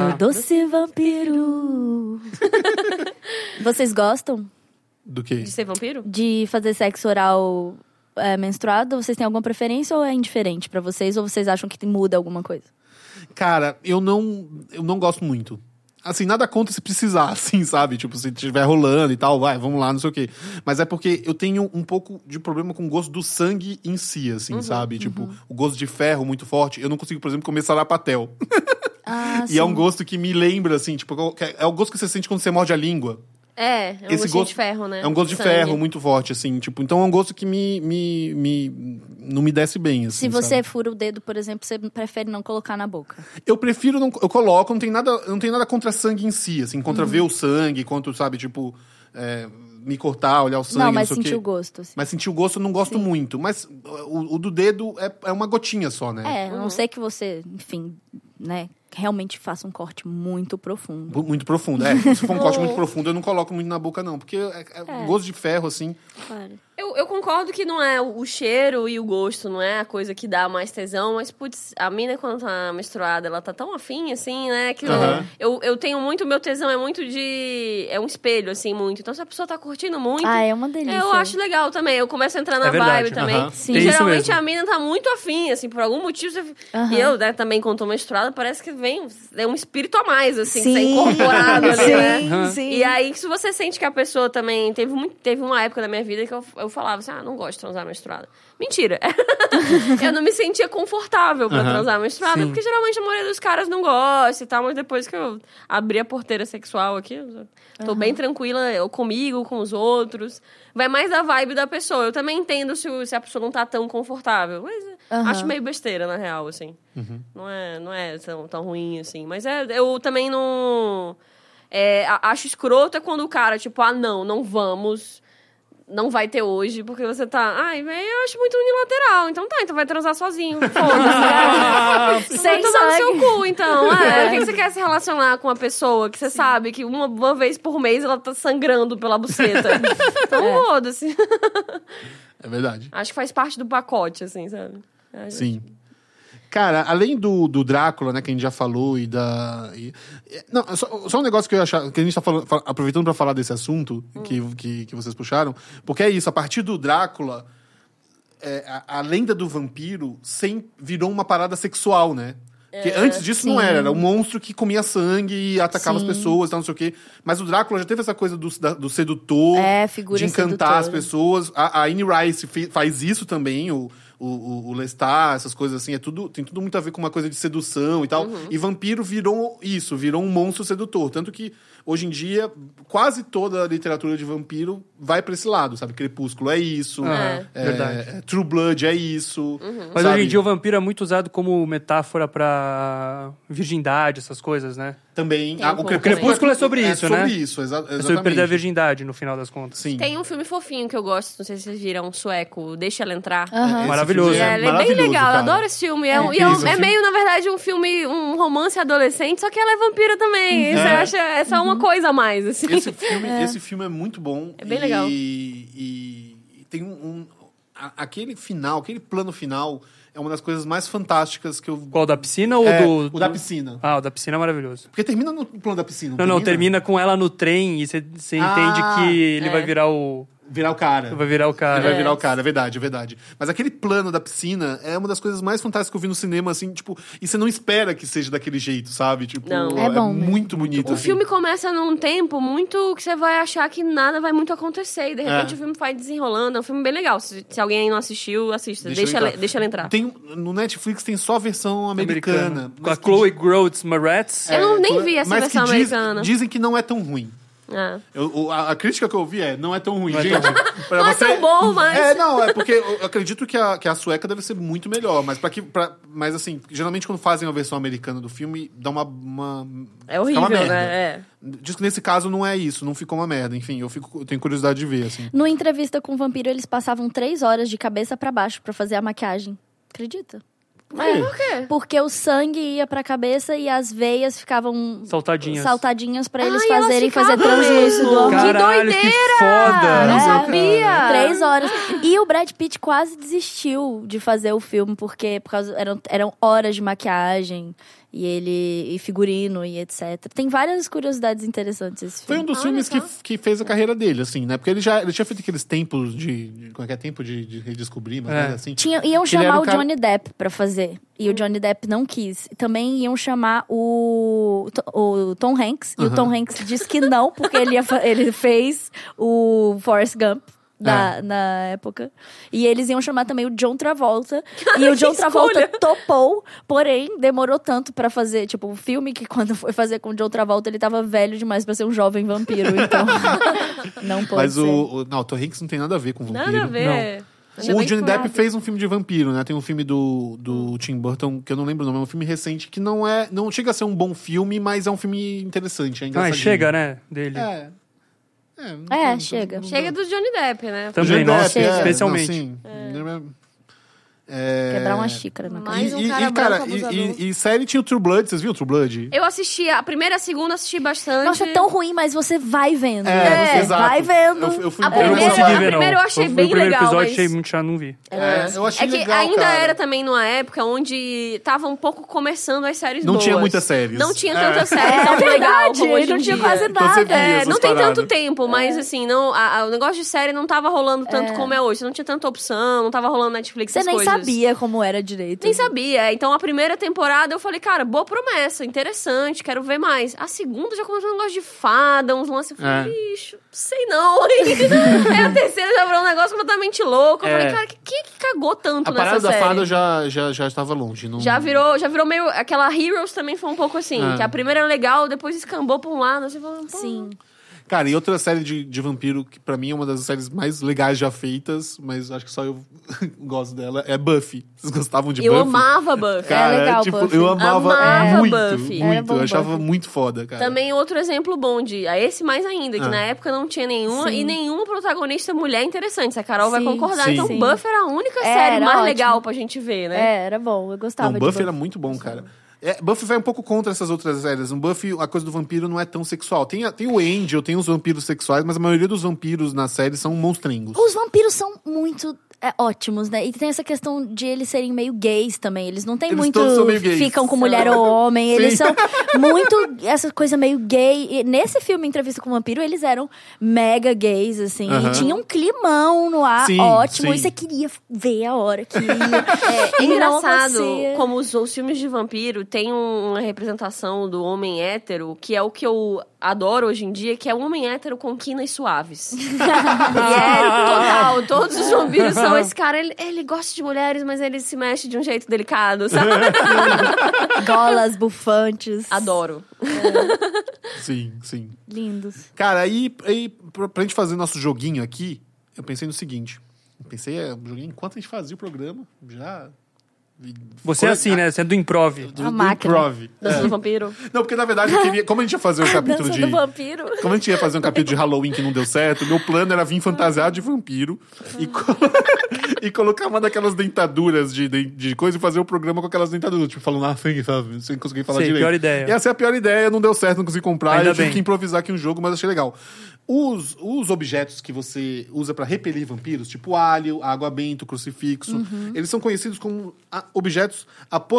S4: meu doce vampiro. Vocês gostam
S1: Do que?
S3: De ser vampiro?
S4: de fazer sexo oral é, menstruado? Vocês têm alguma preferência ou é indiferente pra vocês? Ou vocês acham que muda alguma coisa?
S1: Cara, eu não, eu não gosto muito. Assim, nada contra se precisar, assim, sabe? Tipo, se tiver rolando e tal, vai, vamos lá, não sei o quê. Mas é porque eu tenho um pouco de problema com o gosto do sangue em si, assim,
S3: Uhum.
S1: sabe? Tipo, o gosto de ferro muito forte. Eu não consigo, por exemplo, comer sarapatel.
S4: Ah,
S1: E é um gosto que me lembra, assim, tipo, qualquer- é o gosto que você sente quando você morde a língua.
S3: É, é um
S1: Esse
S3: gostinho
S1: gosto-
S3: de ferro, né?
S1: É um gosto de
S3: Sangue.
S1: ferro muito forte, assim, tipo, então é um gosto que me. me, me não me desce bem, assim.
S4: Se você
S1: sabe?
S4: fura o dedo, por exemplo, você prefere não colocar na boca.
S1: Eu prefiro não. Eu coloco, não tem nada, não tem nada contra sangue em si, assim,
S4: Uhum.
S1: contra ver o sangue, contra, sabe, tipo, é, me cortar, olhar o sangue,
S4: não, mas
S1: sei o
S4: sentir
S1: quê.
S4: o gosto. assim.
S1: Mas sentir o gosto eu não gosto muito. Mas o, o do dedo é, é uma gotinha só, né?
S4: É, a não sei que você, enfim, né, realmente faça um corte muito profundo.
S1: Bu- Muito profundo, é. Se for um corte muito profundo, eu não coloco muito na boca, não. Porque é, é gosto de ferro, assim.
S3: Eu, eu concordo que não é o o cheiro e o gosto, não é a coisa que dá mais tesão, mas, putz, a mina quando tá menstruada, ela tá tão afim, assim, né? Que eu-
S1: Aham.
S3: eu, eu tenho muito, meu tesão é muito de. É um espelho, assim, muito. Então, se a pessoa tá curtindo muito.
S4: Ah, é uma delícia.
S3: Eu acho legal também. Eu começo a entrar na
S2: É verdade.
S3: vibe também.
S1: Aham.
S4: Sim.
S3: E
S4: Tem isso
S3: geralmente
S2: mesmo.
S3: a mina tá muito afim, assim, por algum motivo. Você...
S4: Aham.
S3: E eu, né, também quando tô menstruada, parece que vem é um espírito a mais, assim, que tá
S4: Sim.
S3: incorporado ali, né?
S2: Aham.
S6: Sim, sim.
S3: E aí, se você sente que a pessoa também. Teve, muito, teve uma época da minha vida que eu, eu falava assim: ah, não gosto de transar menstruada. Mentira! eu não me sentia confortável pra
S1: Aham.
S3: transar menstruada,
S2: Sim.
S3: porque geralmente a maioria dos caras não gosta e tal, mas depois que eu abri a porteira sexual aqui, eu já tô bem tranquila eu comigo, com os outros. Vai mais da vibe da pessoa. Eu também entendo se, o- se a pessoa não tá tão confortável, mas
S4: Aham.
S3: acho meio besteira, na real, assim. Não é, não é tão, tão ruim, assim. Mas é, eu também não. É, a- acho escroto é quando o cara, tipo, ah, não, não vamos. Não vai ter hoje, porque você tá. Ai, mas eu acho muito unilateral. Então tá, então vai transar sozinho. Foda-se. Vai
S4: Sem
S3: tomar no seu
S4: sangue.
S3: cu, então. É, por que que você quer se relacionar com uma pessoa que você sabe que uma, uma vez por mês ela tá sangrando pela buceta? Então foda-se.
S1: É verdade.
S3: Acho que faz parte do pacote, assim, sabe? É,
S1: Sim. Cara, além do, do Drácula, né, que a gente já falou, e da. e- é, não, só, só um negócio que eu ia achar, que a gente tá falando- fa- aproveitando pra falar desse assunto
S4: Hum.
S1: que, que, que vocês puxaram, porque é isso, a partir do Drácula, é, a, a lenda do vampiro sem, virou uma parada sexual, né? Porque antes disso não
S4: É, sim.
S1: era, era um monstro que comia sangue e atacava
S4: Sim.
S1: as pessoas, tal, não sei o quê. Mas o Drácula já teve essa coisa do, da- do sedutor,
S4: É, figura
S1: de encantar as
S4: sedutora.
S1: pessoas pessoas. A, a Anne Rice fe- faz isso também, o, o, o- o Lestat, essas coisas assim. É tudo, tem tudo muito a ver com uma coisa de sedução e tal.
S3: Uhum.
S1: E vampiro virou isso, virou um monstro sedutor. Tanto que, hoje em dia, quase toda a literatura de vampiro vai pra esse lado, sabe? Crepúsculo é isso.
S2: Aham,
S1: é,
S2: verdade.
S1: é, True Blood é isso.
S3: Uhum.
S2: Mas
S1: sabe?
S2: hoje em dia o vampiro é muito usado como metáfora pra virgindade, essas coisas, né?
S1: Também.
S3: Tem um pouco
S2: Crepúsculo é sobre isso, né?
S1: É sobre isso, exa
S2: É
S1: exatamente.
S2: sobre perder a virgindade, no final das contas.
S1: Sim.
S3: Tem um filme fofinho que eu gosto, não sei se vocês viram, um sueco, Deixa Ela Entrar.
S1: Esse filme
S2: Maravilhoso. é
S3: E ela é bem
S1: maravilhoso,
S3: legal, eu
S1: cara. assim.
S3: adoro esse filme. É, um- e é,
S1: incrível,
S3: um-
S1: esse
S3: é
S1: filme.
S3: meio, na verdade, um filme, um romance adolescente, só que ela é vampira
S1: Uhum.
S3: também. Você acha, é só uma coisa a mais, assim.
S1: Esse filme, esse filme é muito bom.
S3: É bem
S1: e,
S3: legal.
S1: E, e tem um. um- a- aquele final, aquele plano final é uma das coisas mais fantásticas que eu.
S2: Qual, da piscina ou
S1: É,
S2: do...
S1: o da piscina.
S2: Ah, o da piscina é maravilhoso.
S1: Porque termina no plano da piscina.
S2: Não, não, termina com ela no trem e você entende
S1: Ah,
S2: que ele
S3: é.
S2: vai virar o...
S1: Virar o cara.
S2: Vai virar o
S1: Ele vai
S2: cara.
S1: virar o cara, é verdade, é verdade. Mas aquele plano da piscina é uma das coisas mais fantásticas que eu vi no cinema, assim, tipo, e você não espera que seja daquele jeito, sabe? Tipo,
S3: Não.
S4: É bom mesmo.
S1: muito bonito.
S3: O
S1: assim.
S3: filme começa num tempo muito que você vai achar que nada vai muito acontecer. E de repente
S1: É.
S3: o filme vai desenrolando. É um filme bem legal. Se, se alguém aí não assistiu, assista.
S1: Deixa
S3: Deixa,
S1: eu
S3: ela,
S1: entrar.
S3: deixa ela entrar.
S1: Tem, um, no Netflix tem só a versão americana.
S2: Com
S1: mas
S2: a
S1: que É.
S2: Chloe Groats Moretz.
S3: Eu não nem vi essa
S1: mas
S3: versão
S1: que diz-
S3: americana.
S1: Dizem que não é tão ruim.
S3: É.
S1: Eu- o- a, a crítica que eu ouvi é, não é tão ruim,
S2: Não é
S1: gente.
S2: tão
S1: Pra
S3: Não é tão bom, mas-
S1: É, não, é porque eu acredito que a, que a sueca deve ser muito melhor. Mas para que. pra- mas assim, geralmente quando fazem a versão americana do filme, dá uma. uma-
S3: É
S1: fica
S3: horrível,
S1: uma merda.
S3: né?
S1: Diz que nesse caso não é isso, não ficou uma merda. Enfim, eu, fico, eu tenho curiosidade de ver, assim.
S4: No entrevista com o vampiro, eles passavam três horas de cabeça pra baixo pra fazer a maquiagem. Acredita? É.
S3: Mas por quê?
S4: Porque o sangue ia pra cabeça e as veias ficavam
S2: Saltadinhas.
S4: saltadinhas pra eles
S3: Ai, Ah, elas
S4: fazerem fazer
S3: ficavam
S4: translúcido.
S3: mesmo.
S4: Aham.
S2: Caralho, que,
S3: doideira!
S2: foda!
S3: Não
S4: É.
S3: sabia!
S4: Três horas. E o Brad Pitt quase desistiu de fazer o filme, porque por causa, eram, eram horas de maquiagem e ele. e figurino e etc. Tem várias curiosidades interessantes esse
S1: Foi
S4: filme.
S1: um dos
S3: Olha
S1: filmes que,
S3: só.
S1: que fez a carreira dele, assim, né? Porque ele já ele tinha feito aqueles tempos de. de como é que é? Tempo de, de redescobrir, mas
S2: É.
S1: assim.
S4: Tinha, iam
S1: Ele era
S4: chamar
S1: um
S4: o
S1: cara-
S4: Johnny Depp pra fazer. E o Johnny Depp não quis. Também iam chamar o, o Tom Hanks. E o Tom Hanks disse que não, porque ele, ia fa- ele fez o Forrest Gump. Da,
S1: Ah.
S4: Na época. E eles iam chamar também o John Travolta. e o
S3: que
S4: John Travolta
S3: escolha!
S4: topou, porém demorou tanto pra fazer. Tipo, o filme que quando foi fazer com o John Travolta, ele tava velho demais pra ser um jovem vampiro. Então, não pode
S1: Mas
S4: ser.
S1: o, o. Não, o Tom Hanks não tem nada a ver com vampiro.
S3: Nada a ver. Ainda
S1: O
S3: bem que
S1: Johnny
S3: foi
S1: Depp fez um filme de vampiro, né? Tem um filme do, do Tim Burton, que eu não lembro o nome, é um filme recente que não é. Não chega a ser um bom filme, mas é um filme interessante, é
S2: Ai,
S1: engraçadinho.
S2: chega, né? Dele.
S1: É. É, não
S4: É,
S1: tem-
S4: chega.
S1: não-
S3: Chega do Johnny Depp, né?
S1: O
S2: Também,
S1: Johnny Depp,
S2: nossa,
S1: é,
S2: especialmente.
S1: não, sim. É,
S4: Quebrar uma xícara na cara.
S3: Mas- Mais um
S1: e,
S3: cara
S1: e, cara,
S3: branco
S1: e-
S3: abusador.
S1: e, e série tinha o True Blood, vocês viram o True Blood?
S3: Eu assisti a primeira e a segunda, assisti bastante.
S4: Nossa, é tão ruim, mas você vai vendo.
S1: É,
S4: Né? Você
S1: exato.
S4: vai vendo.
S1: Eu, eu fui
S3: A
S1: eu não
S2: Eu não
S3: primeira-
S2: consegui
S1: sabia.
S3: a
S2: ver, não.
S3: primeira eu achei
S2: vi
S3: bem
S2: o primeiro
S3: legal,
S2: episódio,
S3: mas-
S2: achei muito chato, não vi.
S1: É, eu achei
S3: É que
S1: legal,
S3: ainda
S1: cara.
S3: era também numa época onde tava um pouco começando as séries
S1: Não
S3: boas.
S1: tinha muitas séries.
S3: Não tinha
S1: É.
S3: tantas
S4: É,
S3: séries. tão legal
S4: verdade,
S3: como hoje
S4: não
S3: em
S4: tinha
S3: dia.
S4: quase
S1: Então você
S4: nada.
S1: via
S3: É,
S1: essas
S3: não tem
S1: paradas. É.
S3: tanto tempo, mas assim, não, a- a- o negócio de série não tava rolando tanto como é hoje. Não tinha tanta opção, não tava rolando Netflix.
S4: Você
S3: essas
S4: nem
S3: coisas.
S4: sabia como era direito.
S3: Nem sabia. Então a primeira temporada eu falei, cara, boa promessa, interessante, quero ver mais. A segunda já começou um negócio de fada, uns lances. Eu falei,
S1: É.
S3: bicho, sei não. Aí a terceira já virou um negócio completamente louco. Eu
S2: É.
S3: falei, cara, que- quem que cagou tanto
S1: A
S3: nessa
S1: parada da
S3: série?
S1: fada já, já, já estava longe. Não...
S3: Já virou, já virou meio. Aquela Heroes também foi um pouco assim.
S1: Ah.
S3: Que a primeira era legal, depois escambou pra um lado. Você falou, pô,
S4: Sim.
S1: Cara, e outra série de, de vampiro que pra mim é uma das séries mais legais já feitas, mas acho que só eu gosto dela, é Buffy. Vocês gostavam de
S3: Eu
S1: Buffy?
S3: amava Buffy.
S1: Cara,
S4: É legal,
S1: tipo,
S4: Buffy.
S1: eu amava,
S3: Amava
S1: muito,
S3: Buffy.
S1: muito.
S4: Era bom
S1: eu achava
S4: Buffy.
S1: muito foda, cara.
S3: É, Também outro exemplo bom de. a Esse mais ainda, que
S1: Ah.
S3: na época não tinha nenhuma.
S4: Sim.
S3: E nenhuma protagonista mulher interessante. A Carol vai
S4: Sim.
S3: concordar.
S1: Sim.
S3: Então,
S1: Sim.
S3: Buffy era a única
S4: É,
S3: série
S4: era
S3: mais
S4: ótimo.
S3: legal pra gente ver, né?
S4: É, era bom. Eu gostava
S1: Não,
S4: de
S1: Buffy era muito bom, cara. É, Buffy vai um pouco contra essas outras séries. No Buffy, a coisa do vampiro não é tão sexual. Tem, a- tem o Angel, tem os vampiros sexuais, mas a maioria dos vampiros na série são monstringos.
S4: Os vampiros são muito é, ótimos, né? E tem essa questão de eles serem meio gays também. Eles não têm
S1: Eles
S4: muito.
S1: todos são meio gays.
S4: Ficam com mulher ou homem. Eles são muito. Essa coisa meio gay. E nesse filme, Entrevista com o Vampiro, eles eram mega gays, assim.
S1: Aham.
S4: E tinha um climão no ar
S1: Sim,
S4: ótimo.
S1: sim.
S4: E você queria ver a hora que. ia.
S3: É,
S4: E não
S3: engraçado
S4: acontecia.
S3: como os, os filmes de vampiro tem um- uma representação do homem hétero, que é o que eu adoro hoje em dia, que é o homem hétero com quinas suaves. É, total. Todos os vampiros são esse cara. Ele, ele gosta de mulheres, mas ele se mexe de um jeito delicado, sabe?
S4: Golas bufantes.
S3: Adoro.
S1: Sim, sim.
S4: Lindos.
S1: Cara, aí, aí pra, pra gente fazer nosso joguinho aqui, eu pensei no seguinte. Eu pensei, é, um joguinho enquanto a gente fazia o programa, já.
S2: Você é assim, né? Você é do improv.
S1: Do,
S4: A
S1: do
S4: máquina.
S1: improv.
S3: Dança do vampiro.
S1: Não, porque na verdade eu queria. Como a gente ia fazer um capítulo
S4: Dança
S1: de.
S4: do vampiro.
S1: Como a gente ia fazer um capítulo de Halloween que não deu certo, meu plano era vir fantasiado de vampiro
S4: Ah.
S1: e, colo- e colocar uma daquelas dentaduras de, de, de coisa e fazer o programa com aquelas dentaduras. Tipo, falando na frente, sabe? Sem conseguir falar
S2: Sei,
S1: direito.
S2: pior ideia.
S1: Essa é a pior ideia, não deu certo, não consegui comprar.
S2: Ainda
S1: eu tive
S2: bem.
S1: que improvisar aqui um jogo, mas achei legal. Os, os objetos que você usa pra repelir vampiros, tipo alho, água benta, crucifixo, eles são conhecidos como a- objetos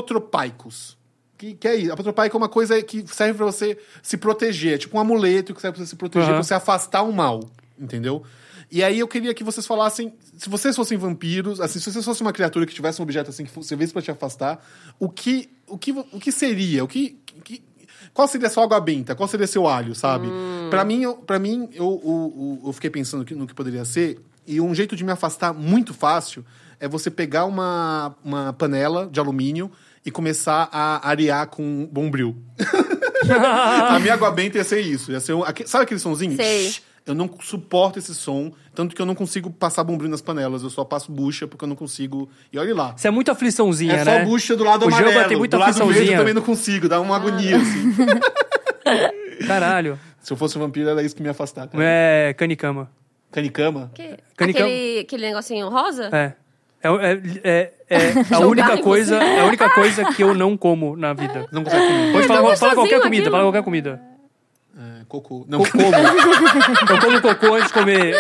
S1: apotropaicos. Que, que é isso? Apotropaico é uma coisa que serve pra você se proteger. É tipo um amuleto que serve pra você se proteger,
S2: Aham.
S1: pra você afastar o mal. Entendeu? E aí eu queria que vocês falassem, se vocês fossem vampiros, assim, se vocês fossem uma criatura que tivesse um objeto assim que você visse pra te afastar, o que, o que, o que seria? O que, que- qual seria sua água benta? Qual seria seu alho, sabe? Pra mim, eu, pra mim eu, eu, eu- eu fiquei pensando que- no que poderia ser, e um jeito de me afastar muito fácil é você pegar uma, uma panela de alumínio e começar a arear com bombril.
S2: Ah.
S1: A minha água benta ia ser isso. Ia ser um, aque- sabe aquele somzinho?
S3: Sei.
S1: Shhh. Eu não suporto esse som, tanto que eu não consigo passar bombril nas panelas. Eu só passo bucha porque eu não consigo. E olha lá.
S2: Isso é muita afliçãozinha,
S1: é
S2: né?
S1: só bucha do lado
S2: O Jean
S1: amarelo.
S2: tem muita Ah.
S1: do lado verde eu
S2: afliçãozinha.
S1: também não consigo. Dá uma agonia, assim.
S2: Caralho.
S1: Se eu fosse um vampiro, era isso que me ia afastar. Cara.
S2: É canicama.
S1: Canicama?
S3: Que-
S2: Canicão.
S3: Aquele, aquele negocinho rosa?
S2: É. É, é, é- é a única
S3: em
S2: coisa, é a única coisa que eu não como na vida.
S1: Não consegue comer.
S2: Pode
S1: Pode
S2: falar,
S3: não,
S2: fala
S3: gostosinho
S2: qualquer comida,
S3: aquilo.
S2: fala qualquer comida.
S1: falar. É, cocô. Não,
S2: Cocô. né? eu como cocô antes de comer.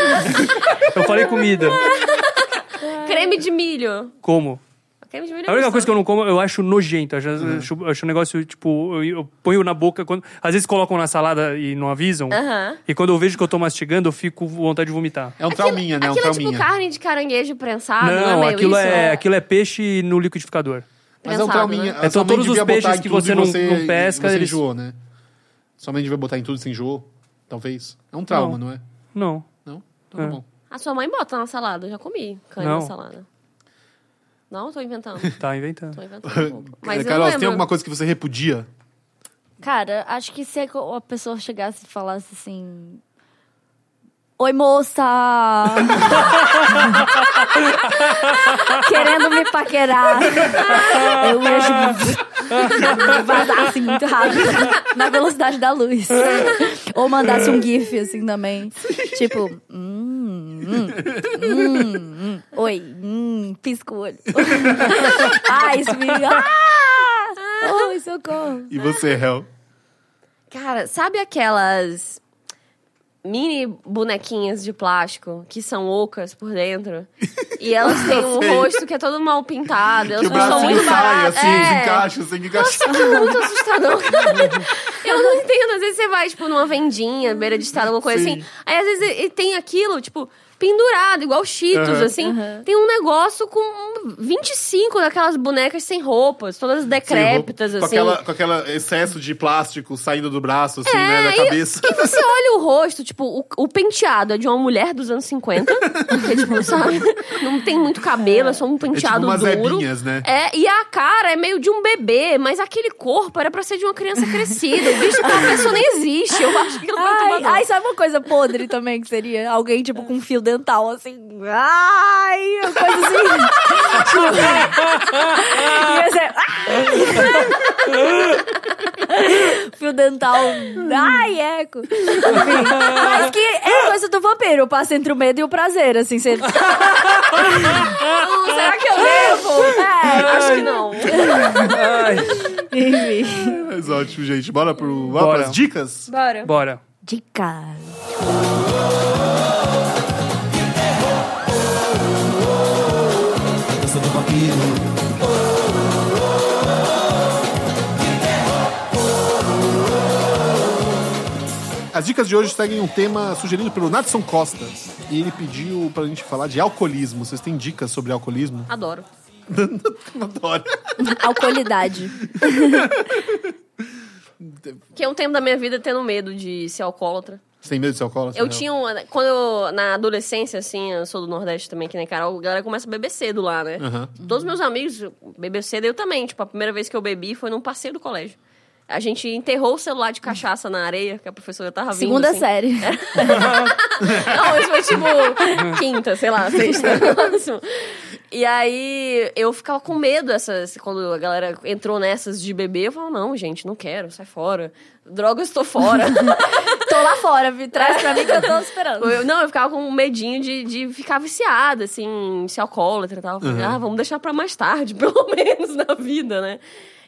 S2: Eu falei comida.
S3: Creme de milho.
S2: Como?
S3: Creme de milho é
S2: A única coisa
S3: gostoso.
S2: que eu não como, eu acho nojento. Eu já- eu acho, eu acho um negócio, tipo, eu, eu ponho na boca. Quando, às vezes colocam na salada e não avisam.
S3: Aham.
S2: E quando eu vejo que eu tô mastigando, eu fico com vontade de vomitar.
S1: É um trauminha, né? É um
S3: Aquilo é tipo
S1: trauminha.
S3: carne de caranguejo prensado, não, é
S2: não,
S3: meio
S2: aquilo,
S3: isso?
S2: é, aquilo é peixe no liquidificador.
S1: Mas é um
S3: Prensado,
S1: trauminha.
S3: né?
S1: Sua
S2: Então
S1: mãe
S2: todos os
S1: devia botar
S2: peixes
S1: em
S2: que
S1: tudo
S2: você
S1: e
S2: não- não pesca,
S1: Você
S2: eles-
S1: enjoou, né? Sua mãe devia botar em tudo e você enjoou. Talvez. É um trauma,
S2: Não.
S1: não, é?
S2: Não.
S1: Não? Então tá
S2: É.
S1: bom.
S3: A sua mãe bota na salada, eu já comi carne
S2: Não.
S3: na salada. Não, tô inventando.
S2: Tá inventando.
S3: Tô inventando um pouco. Mas
S1: Carol, você
S3: eu lembro.
S1: tem alguma coisa que você repudia?
S4: Cara, acho que se a pessoa chegasse e falasse assim. Oi, moça! Querendo me paquerar. Eu ia tipo, vazar assim muito rápido, na velocidade da luz. Ou mandasse um gif assim também. Tipo, hum, hum, hum, hum. oi, hum, pisco o olho. Ai, isso me. Ah! Oi, socorro.
S1: E você,
S3: É.
S1: Hel?
S3: Cara, sabe aquelas mini bonequinhas de plástico que são ocas por dentro? E elas têm um
S1: sei.
S3: rosto que é todo mal pintado. Elas
S1: Que o
S3: são
S1: bracinho
S3: muito
S1: sai,
S3: baratas.
S1: assim,
S3: é.
S1: desencaixa, sem encaixar.
S3: muito assustador. Eu não entendo. Às vezes você vai, tipo, numa vendinha, beira de estrada, alguma coisa
S1: Sim.
S3: assim. Aí, às vezes, e- e tem aquilo, tipo, pendurado, igual Cheetos,
S1: Aham.
S3: assim. Tem um negócio com um 25 daquelas bonecas sem roupas, todas decrépitas,
S1: Com
S3: assim.
S1: aquela, com aquela excesso de plástico saindo do braço, assim,
S3: É,
S1: né? Da
S3: e-
S1: cabeça.
S3: E você olha o rosto, tipo, o, o penteado é de uma mulher dos anos 50. Porque, tipo, sabe? Não tem muito cabelo, é só um
S1: É tipo
S3: penteado
S1: umas
S3: duro.
S1: hebinhas, né?
S3: É, e a cara é meio de um bebê, mas aquele corpo era pra ser de uma criança crescida. O bicho, aquela pessoa nem existe. Eu acho que
S4: Ai, ai, sabe uma coisa podre também que seria? Alguém, tipo, com fio dental, assim. Ai, uma coisa assim. tipo, ia ser, ai. fio dental. Ai, eco. Enfim, mas que é coisa do vampiro. Passa entre o medo e o prazer, assim. Você...
S3: Hum, será que eu devo?
S4: É,
S3: Acho que não.
S2: Ai,
S4: enfim.
S1: Mas ótimo, gente. Bora pro...
S2: Bora.
S1: Bora. as dicas?
S3: Bora.
S2: bora.
S4: Dicas.
S5: Dança do vampiro.
S1: As dicas de hoje seguem um tema sugerido pelo Natson Costa. E ele pediu pra gente falar de alcoolismo. Vocês têm dicas sobre alcoolismo?
S3: Adoro.
S1: Adoro.
S4: Alcoolidade.
S3: Que é um tempo da minha vida tendo medo de ser alcoólatra.
S1: Você tem medo de ser alcoólatra?
S3: Eu
S1: Hel?
S3: tinha assim. uma. Quando eu, na adolescência, assim, eu sou do Nordeste também, que nem Carol, a galera começa a beber cedo lá, né?
S1: Aham.
S3: Todos meus amigos beberam cedo, eu também. Tipo, a primeira vez que eu bebi foi num passeio do colégio. A gente enterrou o celular de cachaça na areia, que a professora tava vindo.
S4: Segunda
S3: assim.
S4: série.
S3: Não, isso foi tipo quinta, sei lá, sexta. próximo. E aí eu ficava com medo essas, quando a galera entrou nessas de beber, eu falava, não, gente, não quero, sai fora. Drogas, tô fora.
S4: Tô lá fora, me traz pra mim que eu tô esperando.
S3: Eu- não, eu ficava com um medinho de, de ficar viciada, assim, se alcoólatra e tal. Eu
S1: Uhum.
S3: falei, Ah, vamos deixar pra mais tarde, pelo menos na vida, né?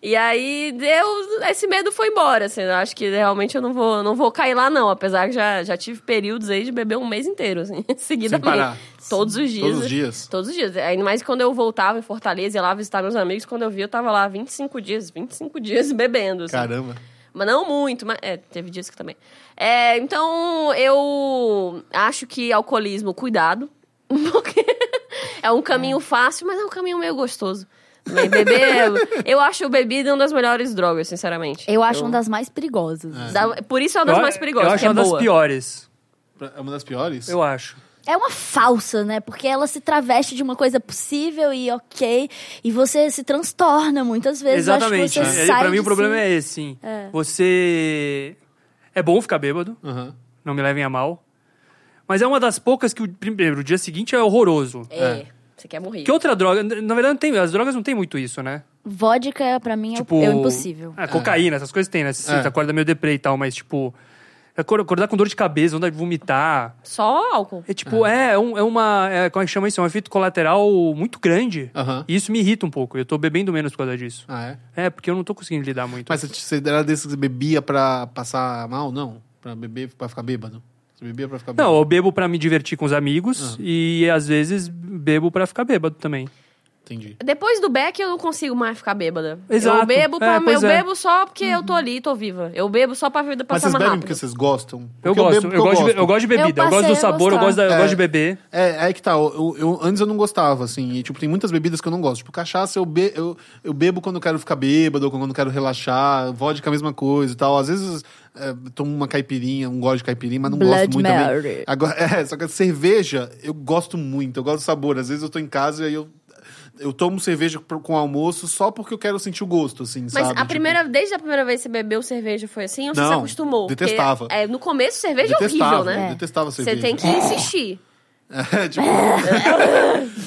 S3: E aí, deu, esse medo foi embora, assim. Eu acho que realmente eu não vou, não vou cair lá, não. Apesar que já, já tive períodos aí de beber um mês inteiro, assim, seguidamente.
S1: parar.
S3: Todos os dias.
S1: Todos os dias.
S3: Todos os dias. Ainda mais quando eu voltava em Fortaleza, ia lá visitar meus amigos. Quando eu vi, eu tava lá 25 dias, 25 dias bebendo, assim.
S1: Caramba.
S3: Mas não muito, mas é, teve dias que também. É, então, eu acho que alcoolismo, cuidado. Porque é um caminho fácil, mas é um caminho meio gostoso. Mas Beber, eu acho bebida uma das melhores drogas, sinceramente.
S4: Eu acho uma das mais perigosas.
S3: Da- por isso é uma das
S2: Eu-
S3: mais perigosas.
S2: Eu acho
S3: que é
S2: uma
S3: boa.
S2: das piores.
S1: Pra- É uma das piores?
S2: Eu acho.
S4: É uma falsa, né? Porque ela se traveste de uma coisa possível e ok. E você se transtorna muitas vezes. Eu acho que
S2: Exatamente.
S4: você
S2: É,
S4: sai
S2: pra mim
S4: de
S2: o problema
S4: si.
S2: é esse, sim. Você. É bom ficar bêbado,
S1: Aham.
S2: não me levem a mal. Mas é uma das poucas que o primeiro, o dia seguinte é horroroso.
S3: É, você quer morrer.
S2: Que outra droga? Na verdade, não tem, as drogas não tem muito isso, né?
S4: Vodka, pra mim, é o-
S2: Tipo.
S4: é o impossível.
S2: Ah, cocaína, essas coisas tem, né? Você
S1: É.
S2: acorda meio deprê e tal, mas tipo. acor- Acordar com dor de cabeça, vontade de vomitar.
S3: Só álcool.
S2: É tipo, é, é um- é uma. é, como é que chama isso? É um efeito colateral muito grande.
S1: Aham.
S2: E isso me irrita um pouco. Eu tô bebendo menos por causa disso.
S1: Ah, é?
S2: É, porque eu não tô conseguindo lidar muito.
S1: Mas você, você era desse que você bebia pra passar mal? Não. Pra beber, pra ficar bêbado? Você bebia pra ficar bêbado?
S2: Não, eu bebo pra me divertir com os amigos e às vezes bebo pra ficar bêbado também.
S1: Entendi.
S3: Depois do Beck, eu não consigo mais ficar bêbada.
S2: Exato.
S3: Eu bebo, pra,
S2: É, pois
S3: eu
S2: é.
S3: bebo só porque eu tô ali, tô viva. Eu bebo só pra vida
S1: Mas
S3: passar
S1: vocês
S3: mais
S1: bebem
S3: rápido.
S1: porque vocês gostam? Porque
S2: eu gosto, eu,
S1: bebo porque
S2: gosto de, be- eu gosto de bebida, eu,
S4: Eu
S2: gosto do
S4: passei a
S2: sabor, eu gosto, da- eu
S1: gostar.
S2: gosto de beber.
S1: É, é que tá, eu, eu- antes eu não gostava, assim, e tipo, tem muitas bebidas que eu não gosto. Tipo, cachaça eu, be- eu, eu bebo quando eu quero ficar bêbado, ou quando eu quero relaxar, vodka é a mesma coisa e tal. Às vezes é, tomo uma caipirinha, um gole de caipirinha, mas não
S4: Blood
S1: gosto muito também.
S4: Mary.
S1: Agora, é, só que a cerveja eu gosto muito, eu gosto do sabor. Às vezes eu tô em casa e aí eu, eu tomo cerveja pro- com almoço só porque eu quero sentir o gosto, assim,
S3: Mas
S1: sabe?
S3: a
S1: Tipo,
S3: primeira, desde a primeira vez que você bebeu cerveja foi assim, ou você
S1: Não,
S3: se acostumou? Porque,
S1: detestava.
S3: é, no começo, cerveja é
S1: detestava,
S3: horrível, né?
S1: Detestava
S3: Você
S1: cerveja.
S3: tem que insistir.
S1: É, tipo,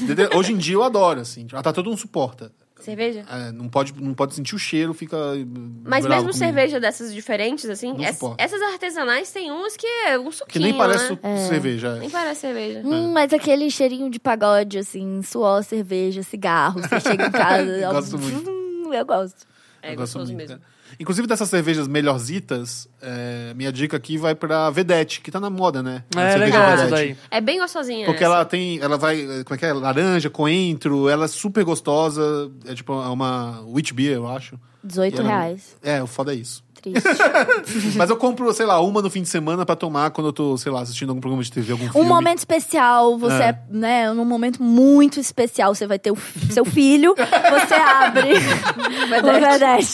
S1: dete- hoje em dia eu adoro, assim. Tipo, Ah, tá, todo mundo suporta.
S3: Cerveja?
S1: É, não, pode, não pode sentir o cheiro, fica. eh,
S3: Mas
S1: bravo
S3: mesmo
S1: comigo.
S3: cerveja dessas diferentes, assim,
S1: Não
S3: ess-
S1: suporto.
S3: essas artesanais tem umas que é um
S1: Que
S3: suquinho,
S1: nem parece
S3: né?
S1: su- cerveja.
S3: Nem parece
S2: é.
S3: cerveja.
S4: Hum, mas aquele cheirinho de pagode, assim, suor, cerveja, cigarro. Você chega em casa. ó,
S1: Gosto muito.
S4: hum, eu gosto.
S3: É
S1: Eu gosto
S3: gostoso
S1: muito,
S3: mesmo.
S1: é. Inclusive dessas cervejas melhorzitas, eh, minha dica aqui vai pra Vedete, que tá na moda, né? A
S2: É,
S1: cerveja
S2: legal essa
S1: Vedete.
S2: daí.
S3: É bem gostosinha.
S1: Porque
S3: essa.
S1: ela tem. Ela vai. eh, Como é que é? Laranja, coentro, ela é super gostosa. É tipo é uma witch beer, eu acho.
S4: 18
S1: E ela-
S4: reais.
S1: É, o foda é isso.
S4: Triste.
S1: Mas eu compro, sei lá, uma no fim de semana pra tomar quando eu tô, sei lá, assistindo algum programa de TV, algum
S4: Um
S1: filme.
S4: momento especial, você,
S1: É.
S4: é. né, num momento muito especial, você vai ter o f- seu filho, você abre o Vedete.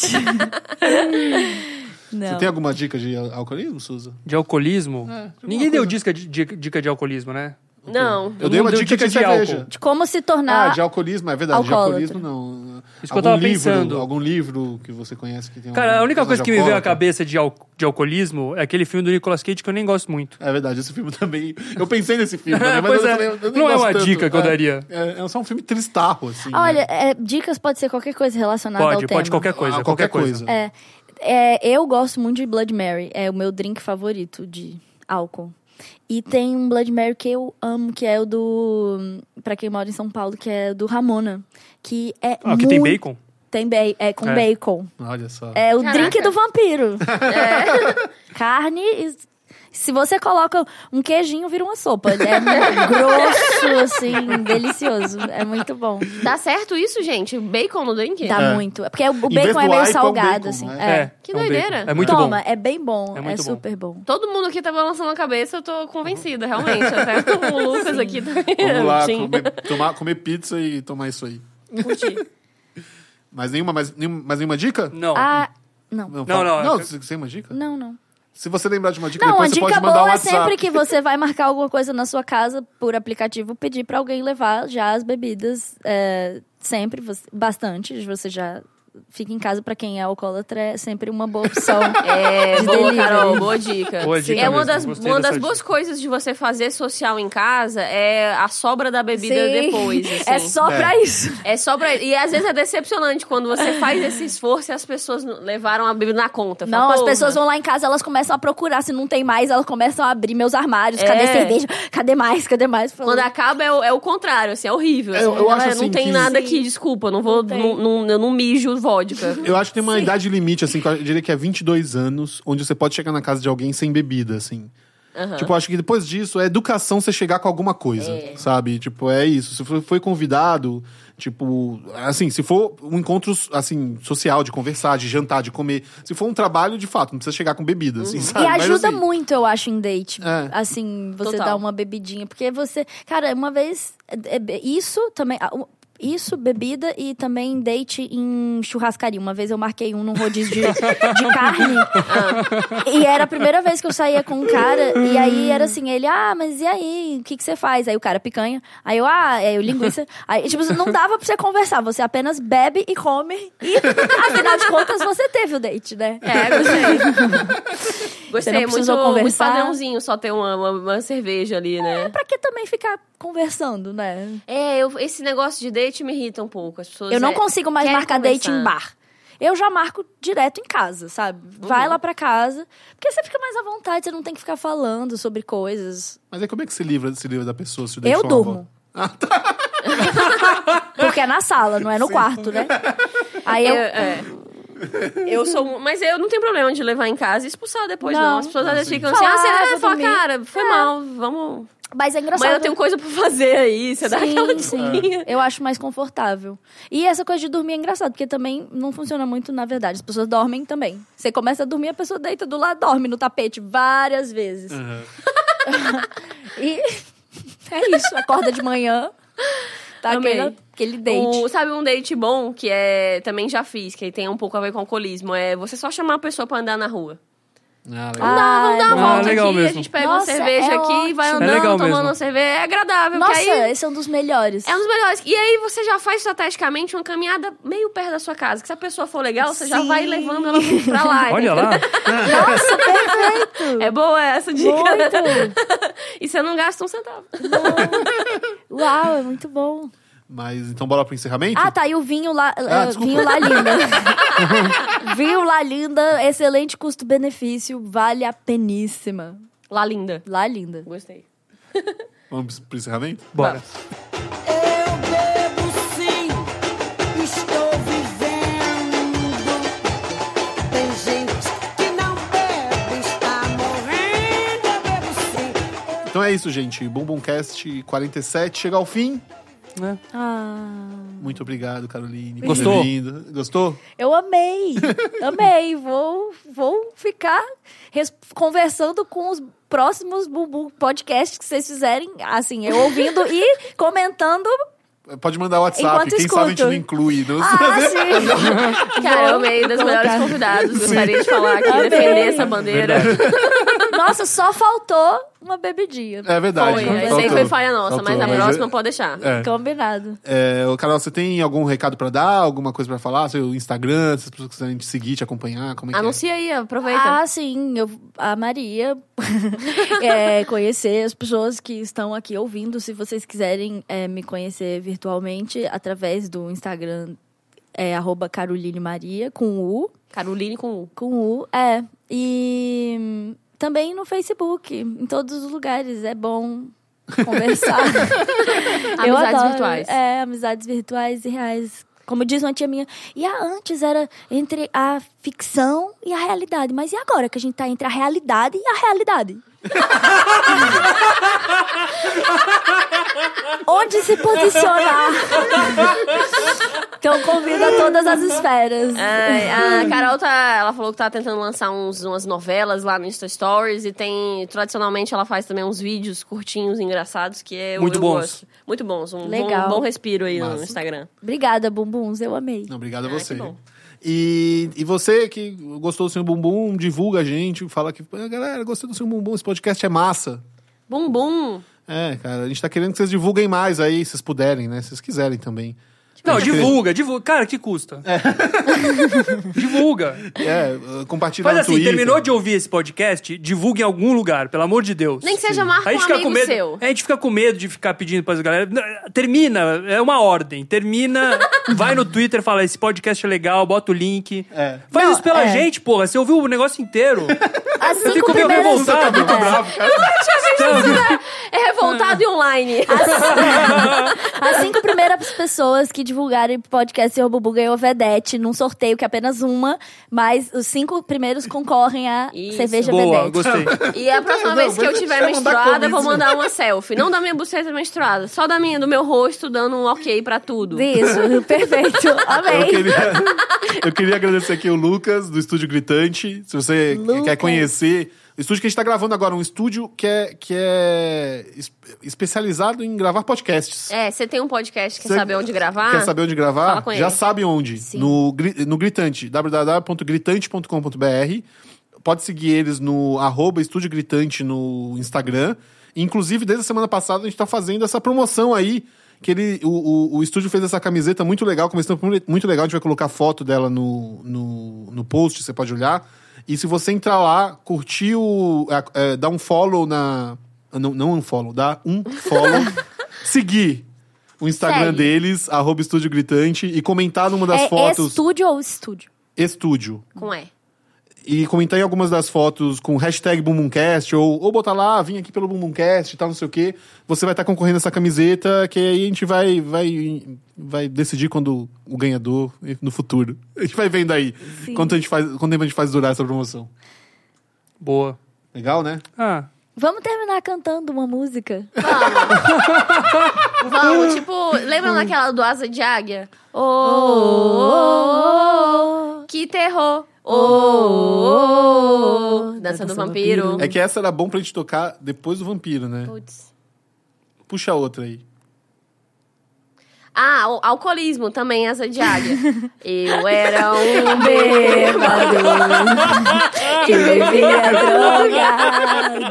S1: Você
S4: Não.
S1: tem alguma dica de al- alcoolismo, Suza?
S2: De alcoolismo.
S4: Hum.
S2: Ninguém deu dica de, dica- dica de alcoolismo, né?
S3: Não.
S1: Eu dei
S2: não
S1: uma
S2: deu
S1: dica,
S2: dica
S1: de,
S2: de
S1: cerveja.
S2: álcool.
S4: De como se tornar...
S1: Ah, de alcoolismo, é verdade. De
S4: Alcoólatra.
S1: alcoolismo, não.
S2: Isso que eu tava
S1: livro,
S2: pensando.
S1: Algum livro que você conhece que tem
S2: Cara,
S1: algum-
S2: a única coisa que me veio à
S1: alcoólatra?
S2: cabeça de, al- de alcoolismo é aquele filme do Nicolas Cage que eu nem gosto muito.
S1: É verdade, esse filme também. Eu pensei nesse filme,
S2: É,
S1: né? mas
S2: pois
S1: eu
S2: é.
S1: falei, eu nem
S2: Não é
S1: gosto
S2: uma
S1: tanto.
S2: dica que eu
S1: É,
S2: daria.
S1: É, é só um filme tristarro, assim. né?
S4: Olha, é, dicas pode ser qualquer coisa relacionada ao
S2: Pode,
S4: tema.
S2: pode qualquer coisa,
S1: Ah,
S2: qualquer, coisa.
S4: É, é, eu gosto muito de Blood Mary. É o meu drink favorito de álcool. E tem um Blood Mary que eu amo, que é o do. Pra quem mora em São Paulo, que é do Ramona. Que é.
S2: Ah, que tem
S4: muito-
S2: bacon?
S4: Tem ba é, com
S2: É.
S4: bacon.
S1: Olha só.
S4: É o
S3: Caraca.
S4: drink do vampiro. Carne e. Se você coloca um queijinho, vira uma sopa. É muito grosso, assim, delicioso. É muito bom.
S3: Dá certo isso, gente? Bacon no drink?
S4: Dá
S1: É.
S4: muito. É Porque o
S1: Em vez
S4: bacon é
S1: do
S4: meio
S1: aipo, é o
S4: salgado,
S1: bacon,
S4: assim.
S1: né?
S4: É.
S3: Que
S2: é um
S3: doideira.
S2: bacon. É muito
S4: Toma,
S2: bom.
S4: é bem bom.
S2: É
S4: É,
S2: muito bom.
S4: super bom.
S3: Todo mundo aqui tava lançando a cabeça, eu tô convencida, realmente. Até o Lucas aqui tá também.
S1: Vamos lá,
S3: Sim.
S1: comer, tomar, comer pizza e tomar isso aí.
S3: Curti.
S1: Mas nenhuma, mais, nenhuma, mais nenhuma dica?
S2: Não.
S4: Ah, não. Não,
S1: fala-
S2: não, é
S1: Não,
S2: que-
S1: você você tem uma dica?
S4: não.
S1: Se você lembrar de uma dica,
S4: Não, a
S1: depois você
S4: dica
S1: pode mandar um
S4: boa é
S1: WhatsApp.
S4: sempre que você vai marcar alguma coisa na sua casa por aplicativo, pedir pra alguém levar já as bebidas. é, sempre, você- bastante. Você já fica em casa pra quem é alcoólatra, é sempre uma boa opção.
S3: É,
S4: De
S3: boa,
S4: delivery.
S3: Carol, boa dica.
S2: Boa
S3: Sim.
S2: dica
S3: é uma
S2: mesmo,
S3: das,
S2: gostei
S3: uma
S2: dessa
S3: das boas
S2: dica.
S3: coisas de você fazer social em casa é a sobra da bebida
S4: Sim.
S3: depois. assim.
S4: É só
S1: É.
S4: pra isso.
S3: É só pra. E às vezes é decepcionante quando você faz esse esforço e as pessoas não- levaram a bebida na conta. Fala,
S4: Não, as
S3: "Porra,
S4: pessoas vão lá em casa, elas começam a procurar. Se não tem mais, elas começam a abrir meus armários.
S3: É.
S4: Cadê cerveja? Cadê mais? Cadê mais? Falou,
S3: Quando acaba é o, é o contrário, assim, é horrível.
S1: É,
S3: assim,
S1: eu- eu
S3: galera,
S1: acho,
S3: não
S1: assim,
S3: tem
S1: que-
S3: nada aqui, desculpa, não vou. Não não- eu não mijo vodka.
S1: Eu acho que tem uma idade limite, assim, que eu diria que é 22 anos, onde você pode chegar na casa de alguém sem bebida, assim. Tipo, eu acho que depois disso é educação você chegar com alguma coisa, sabe? Tipo, é isso. Se foi- foi convidado, tipo, assim, se for um encontro, assim, social, de conversar, de jantar, de comer. Se for um trabalho, de fato, não precisa chegar com bebida, assim, sabe?
S4: Uhum. E
S1: Mas,
S4: ajuda
S1: assim,
S4: muito, eu acho, em date.
S1: É.
S4: Assim, você
S3: Total.
S4: dá uma bebidinha. Porque você. Cara, uma vez. é, é, Isso também. ah, um- Isso, bebida e também date em churrascaria. Uma vez eu marquei um num rodízio de, de carne. E era a primeira vez que eu saía com um cara. E aí era assim, ele, ah, mas e aí? O que, que você faz? Aí o cara, picanha. Aí eu, ah, é, eu, linguiça. Aí, tipo, não dava pra você conversar. Você apenas bebe e come. E, afinal de contas, você teve o date, né?
S3: É, gostei. gostei,
S4: não
S3: é muito,
S4: precisou
S3: muito
S4: conversar.
S3: padrãozinho só ter uma, uma, uma cerveja ali, né?
S4: Pra que também ficar conversando, né?
S3: É, eu- esse negócio de date me irrita um pouco. As pessoas
S4: Eu não
S3: é,
S4: consigo mais
S3: querem
S4: marcar date
S3: conversar.
S4: em bar. Eu já marco direto em casa, sabe?
S3: Uhum.
S4: Vai lá pra casa. Porque você fica mais à vontade, você não tem que ficar falando sobre coisas.
S1: Mas aí como é que se livra, se livra da pessoa se o date
S4: Eu
S1: for uma
S4: durmo. Porque é na sala, não é no quarto, né? Aí
S3: Eu,
S4: eu.
S3: é. Eu sou. Mas eu não tenho problema de levar em casa e expulsar depois, não.
S4: Não.
S3: As pessoas às vezes ficam assim,
S4: Falar,
S3: ah, você
S4: ah,
S3: leva
S4: vou
S3: fala,
S4: dormir.
S3: cara, foi mal, vamos.
S4: Mas é engraçado.
S3: Mas eu tenho um coisa pra fazer aí, você dá aquela
S4: Sim, sim.
S3: desculpinha.
S4: Eu acho mais confortável. E essa coisa de dormir é engraçado, porque também não funciona muito, na verdade. As pessoas dormem também. Você começa a dormir, a pessoa deita do lado, dorme no tapete várias vezes. e é isso, acorda de manhã, tá
S3: Amei.
S4: aquele, aquele date.
S3: O- sabe um date bom que é também já fiz, que tem um pouco a ver com alcoolismo, é você só chamar a pessoa pra andar na rua.
S1: Ah, legal.
S4: Ah,
S3: Não, dá
S4: é
S2: bom.
S3: uma
S2: Ah,
S3: volta
S2: legal
S3: aqui, a
S2: mesmo.
S3: gente pega uma
S4: Nossa,
S3: cerveja
S4: é
S3: aqui e
S4: ótimo.
S2: É
S3: vai andando,
S2: legal
S3: tomando
S2: mesmo.
S3: uma cerveja. É agradável,
S4: Nossa,
S3: porque aí
S4: esse é um dos melhores.
S3: é um dos melhores. E aí você já faz estrategicamente uma caminhada meio perto da sua casa, que se a pessoa for legal, você já
S4: Sim.
S3: vai levando ela pra lá.
S4: Ah, é.
S2: Olha lá.
S4: Nossa, perfeito!
S3: É boa essa dica.
S4: Muito!
S3: E você não gasta um centavo.
S4: Uau, é muito bom.
S1: Mas então bora pro encerramento?
S4: Ah, tá. E o vinho lá,
S1: Ah,
S4: eh,
S1: desculpa.
S4: vinho lá linda. vinho lá linda, excelente custo-benefício, vale a peníssima.
S3: Lá linda.
S4: Lá linda.
S3: Gostei.
S1: Vamos pro encerramento?
S2: Bora.
S6: Eu bebo sim, estou vivendo. Tem gente que não bebe, está morrendo. Eu bebo sim.
S1: Então é isso, gente. Bumbumcast 47 chega ao fim.
S2: Né?
S4: Ah,
S1: Muito obrigado, Caroline. por
S2: Gostou?
S1: ter vindo. Gostou?
S4: eu amei. amei. Vou, vou ficar res- conversando com os próximos Bumbum podcasts que vocês fizerem, assim, eu ouvindo e comentando.
S1: Pode mandar WhatsApp.
S4: Enquanto
S1: Quem sabe a gente
S4: escuto.
S1: não inclui. Não
S4: Ah, sim.
S3: Cara, eu amei das melhores convidados. Gostaria de falar aqui,
S4: Amei.
S3: defender essa bandeira.
S4: Nossa, só faltou uma bebidinha.
S1: É verdade.
S3: Foi,
S1: faltou.
S3: essa aí foi falha nossa,
S1: Faltou,
S3: mas a próxima
S1: eu-
S3: pode deixar.
S4: Combinado.
S1: É, ô, Carol, você tem algum recado pra dar? Alguma coisa pra falar? Seu Instagram, se as pessoas quiserem te seguir, te acompanhar, como é que
S3: Anuncia aí, aproveita.
S4: Ah, sim, eu amaria é, conhecer as pessoas que estão aqui ouvindo. Se vocês quiserem é, me conhecer virtualmente através do Instagram, é arroba Caroline Maria, com U.
S3: Caroline com U.
S4: Com U, é. E hum, também no Facebook, em todos os lugares. É bom conversar. Eu
S3: Amizades
S4: adoro.
S3: virtuais.
S4: É, amizades virtuais e reais. Como diz uma tia minha, e a antes era entre a ficção e a realidade. Mas e agora que a gente tá entre a realidade e a realidade? Onde se posicionar? então convido a todas as esferas.
S3: Ai, a Carol tá, ela falou que tá tentando lançar uns, umas novelas lá no Insta Stories e tem, tradicionalmente ela faz também uns vídeos curtinhos, engraçados, que é
S2: Muito
S3: eu
S2: bons.
S3: gosto. Muito bons, um
S4: Legal.
S3: bom, bom respiro aí no
S1: Massa.
S3: Instagram.
S4: Obrigada, bumbuns, eu amei.
S1: Não, obrigado a você.
S3: É, que bom.
S1: E, e você que gostou do seu bumbum, divulga a gente, fala que, "Ah, galera, gostei do seu bumbum, esse podcast é massa.
S3: Bum bum.
S1: É, cara, a gente tá querendo que vocês divulguem mais aí, se vocês puderem, né? Se vocês quiserem também.
S2: Não, divulga, divulga. Cara, que custa? divulga.
S1: É, uh, compartilha
S2: Faz
S1: no
S2: assim,
S1: Twitter.
S2: terminou de ouvir esse podcast, divulga em algum lugar, pelo amor de Deus.
S3: Nem que seja marca
S2: A
S3: um
S2: gente, fica
S3: amigo
S2: com medo,
S3: seu.
S2: a gente fica com medo de ficar pedindo para as galera. "Não, Termina, é uma ordem. Termina, vai no Twitter, fala: esse podcast é legal, bota o link.
S1: É.
S2: Faz
S4: Não,
S2: isso pela
S4: é.
S2: gente, porra. Você ouviu o negócio inteiro.
S4: As
S2: Eu
S4: cinco
S2: fico meio
S4: primeiras...
S2: revoltado.
S3: tá
S4: É.
S2: Sabe?
S3: Então, Assim, É revoltado e online.
S4: As cinco primeiras pessoas que divulgarem podcast Senhor Bubu ganhou Vedete num sorteio que é apenas uma, mas os cinco primeiros concorrem a
S3: Isso.
S4: cerveja
S2: Boa,
S4: Vedete.
S2: gostei.
S3: E a próxima
S1: Não,
S3: vez que
S1: mas
S3: eu
S1: você
S3: tiver
S1: não dá
S3: menstruada, eu vou
S1: convite,
S3: mandar uma selfie. Não da minha buceta menstruada, só da minha, do meu rosto, dando um ok pra tudo.
S4: Isso, perfeito.
S1: Eu
S4: Amei.
S1: queria, eu queria agradecer aqui o Lucas, do Estúdio Gritante. Se você
S4: Lucas.
S1: quer conhecer. O estúdio que a gente tá gravando agora, é um estúdio que é, que é es- especializado em gravar podcasts.
S3: É, você tem um podcast que
S1: Você
S3: quer saber onde gravar?
S1: Quer saber onde
S3: Fala
S1: gravar?
S3: com
S1: Já
S3: ele.
S1: sabe onde. No, Gri- no Gritante, www.gritante.com.br. Pode seguir eles no arroba Estúdio Gritante no Instagram. Inclusive, desde a semana passada, a gente tá fazendo essa promoção aí. Que ele, o, o, o estúdio fez essa camiseta muito legal, com uma estampa muito- muito legal. A gente vai colocar foto dela no, no, no post, você pode olhar. E se você entrar lá, curtir o. É, é, dar um follow na. Não, não um follow, dá um follow. seguir o Instagram
S4: Segue.
S1: deles, arroba Estúdio Gritante, e comentar numa das
S4: É
S1: fotos
S4: estúdio ou estúdio?
S1: estúdio.
S3: Com E.
S1: E comentar em algumas das fotos com hashtag BumbumCast, ou, ou botar lá, vim aqui pelo BumbumCast e tal, não sei o quê. Você vai estar concorrendo a essa camiseta, que aí a gente vai, vai, vai decidir quando o ganhador no futuro. A gente vai vendo aí quanto, a gente faz, quanto tempo a gente faz durar essa promoção.
S2: Boa.
S1: Legal, né?
S2: Ah,
S4: Vamos terminar cantando uma música?
S3: Vamos, tipo, lembra daquela do Asa de Águia? Oh, que terror! Oh, dança do vampiro.
S1: É que essa era bom pra gente tocar depois do Vampiro, né?
S3: Putz.
S1: Puxa outra aí.
S3: Ah, o alcoolismo também, Asa de Águia. Eu era um
S4: Bêbado, que bebia drogado,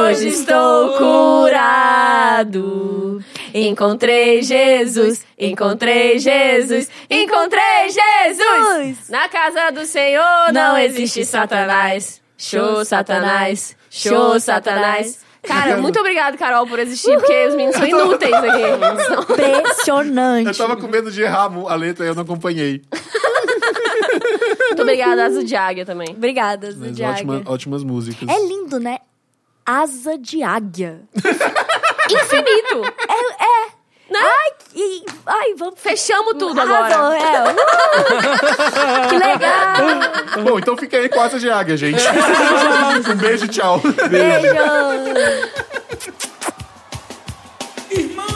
S4: hoje estou curado.
S3: Encontrei Jesus, encontrei Jesus, encontrei Jesus! Na casa do Senhor não existe Satanás. Show, Satanás. Show, Satanás. Cara, muito obrigado, Carol, por existir, porque os meninos são inúteis aqui. Eles são-
S1: Eu
S4: Impressionante.
S1: tava com medo de errar a letra e eu não acompanhei.
S3: Muito obrigada, Asa de Águia também.
S4: Obrigada,
S1: Mas
S4: Zodiac.
S1: ótima- ótimas músicas.
S4: É lindo, né? Asa de águia. É,
S3: Infinito!
S4: Ai, que- ai, vamos...
S3: Fechamos tudo
S4: Arrasou,
S3: agora.
S4: é. Uh, que legal.
S1: Bom, então fica aí com asa de águia, gente. um beijo, tchau.
S4: Beijo.
S6: Irmão,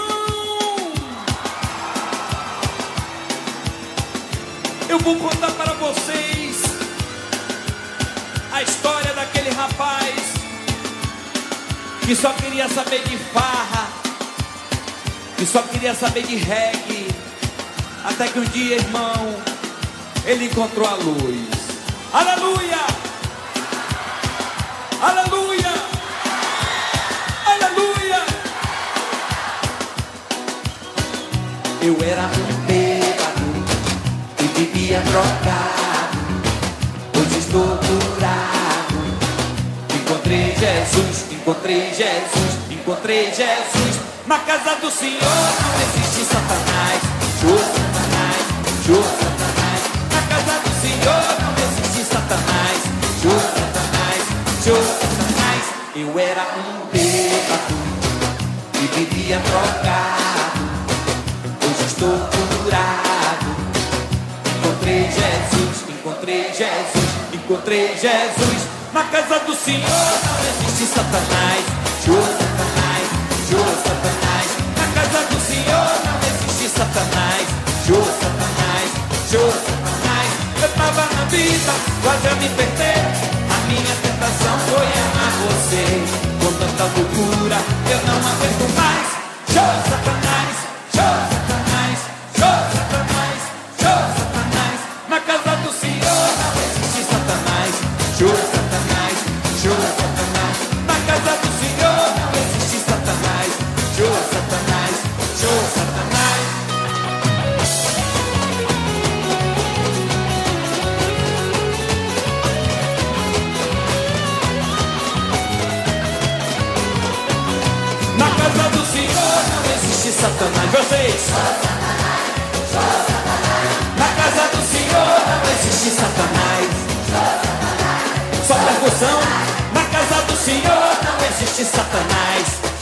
S5: Eu vou contar para vocês a história daquele rapaz que só queria saber de farra, que só queria saber de reggae, até que um dia, irmão, ele encontrou a luz. Aleluia! Aleluia! Aleluia! Eu era um bêbado e vivia drogado. Hoje estou curado. Encontrei Jesus, encontrei Jesus, encontrei Jesus. Na casa do Senhor não existe Satanás, show Satanás, show Satanás. Na casa do Senhor não existe Satanás, show Satanás, show Satanás. Eu era um bêbado e vivia drogado. Hoje estou curado. Encontrei Jesus, encontrei Jesus, encontrei Jesus. Na casa do Senhor não existe Satanás. Show Satanás, show Satanás. Na casa do Senhor não existe Satanás. Show Satanás, show Satanás. Eu tava na vida, quase a me perder. A minha tentação foi amar você. Com tanta loucura, eu não aguento mais. Show Satanás, show Satanás, show Satanás, show Satanás. Na casa do Senhor não existe Satanás. Show Satanás, show Satanás. Na casa do Senhor não existe Satanás. Show Satanás, show Satanás. Na casa do Senhor não existe Satanás. Vocês! Na casa do Senhor não existe Satanás. Só percussão. Na casa do Senhor não existe Satanás.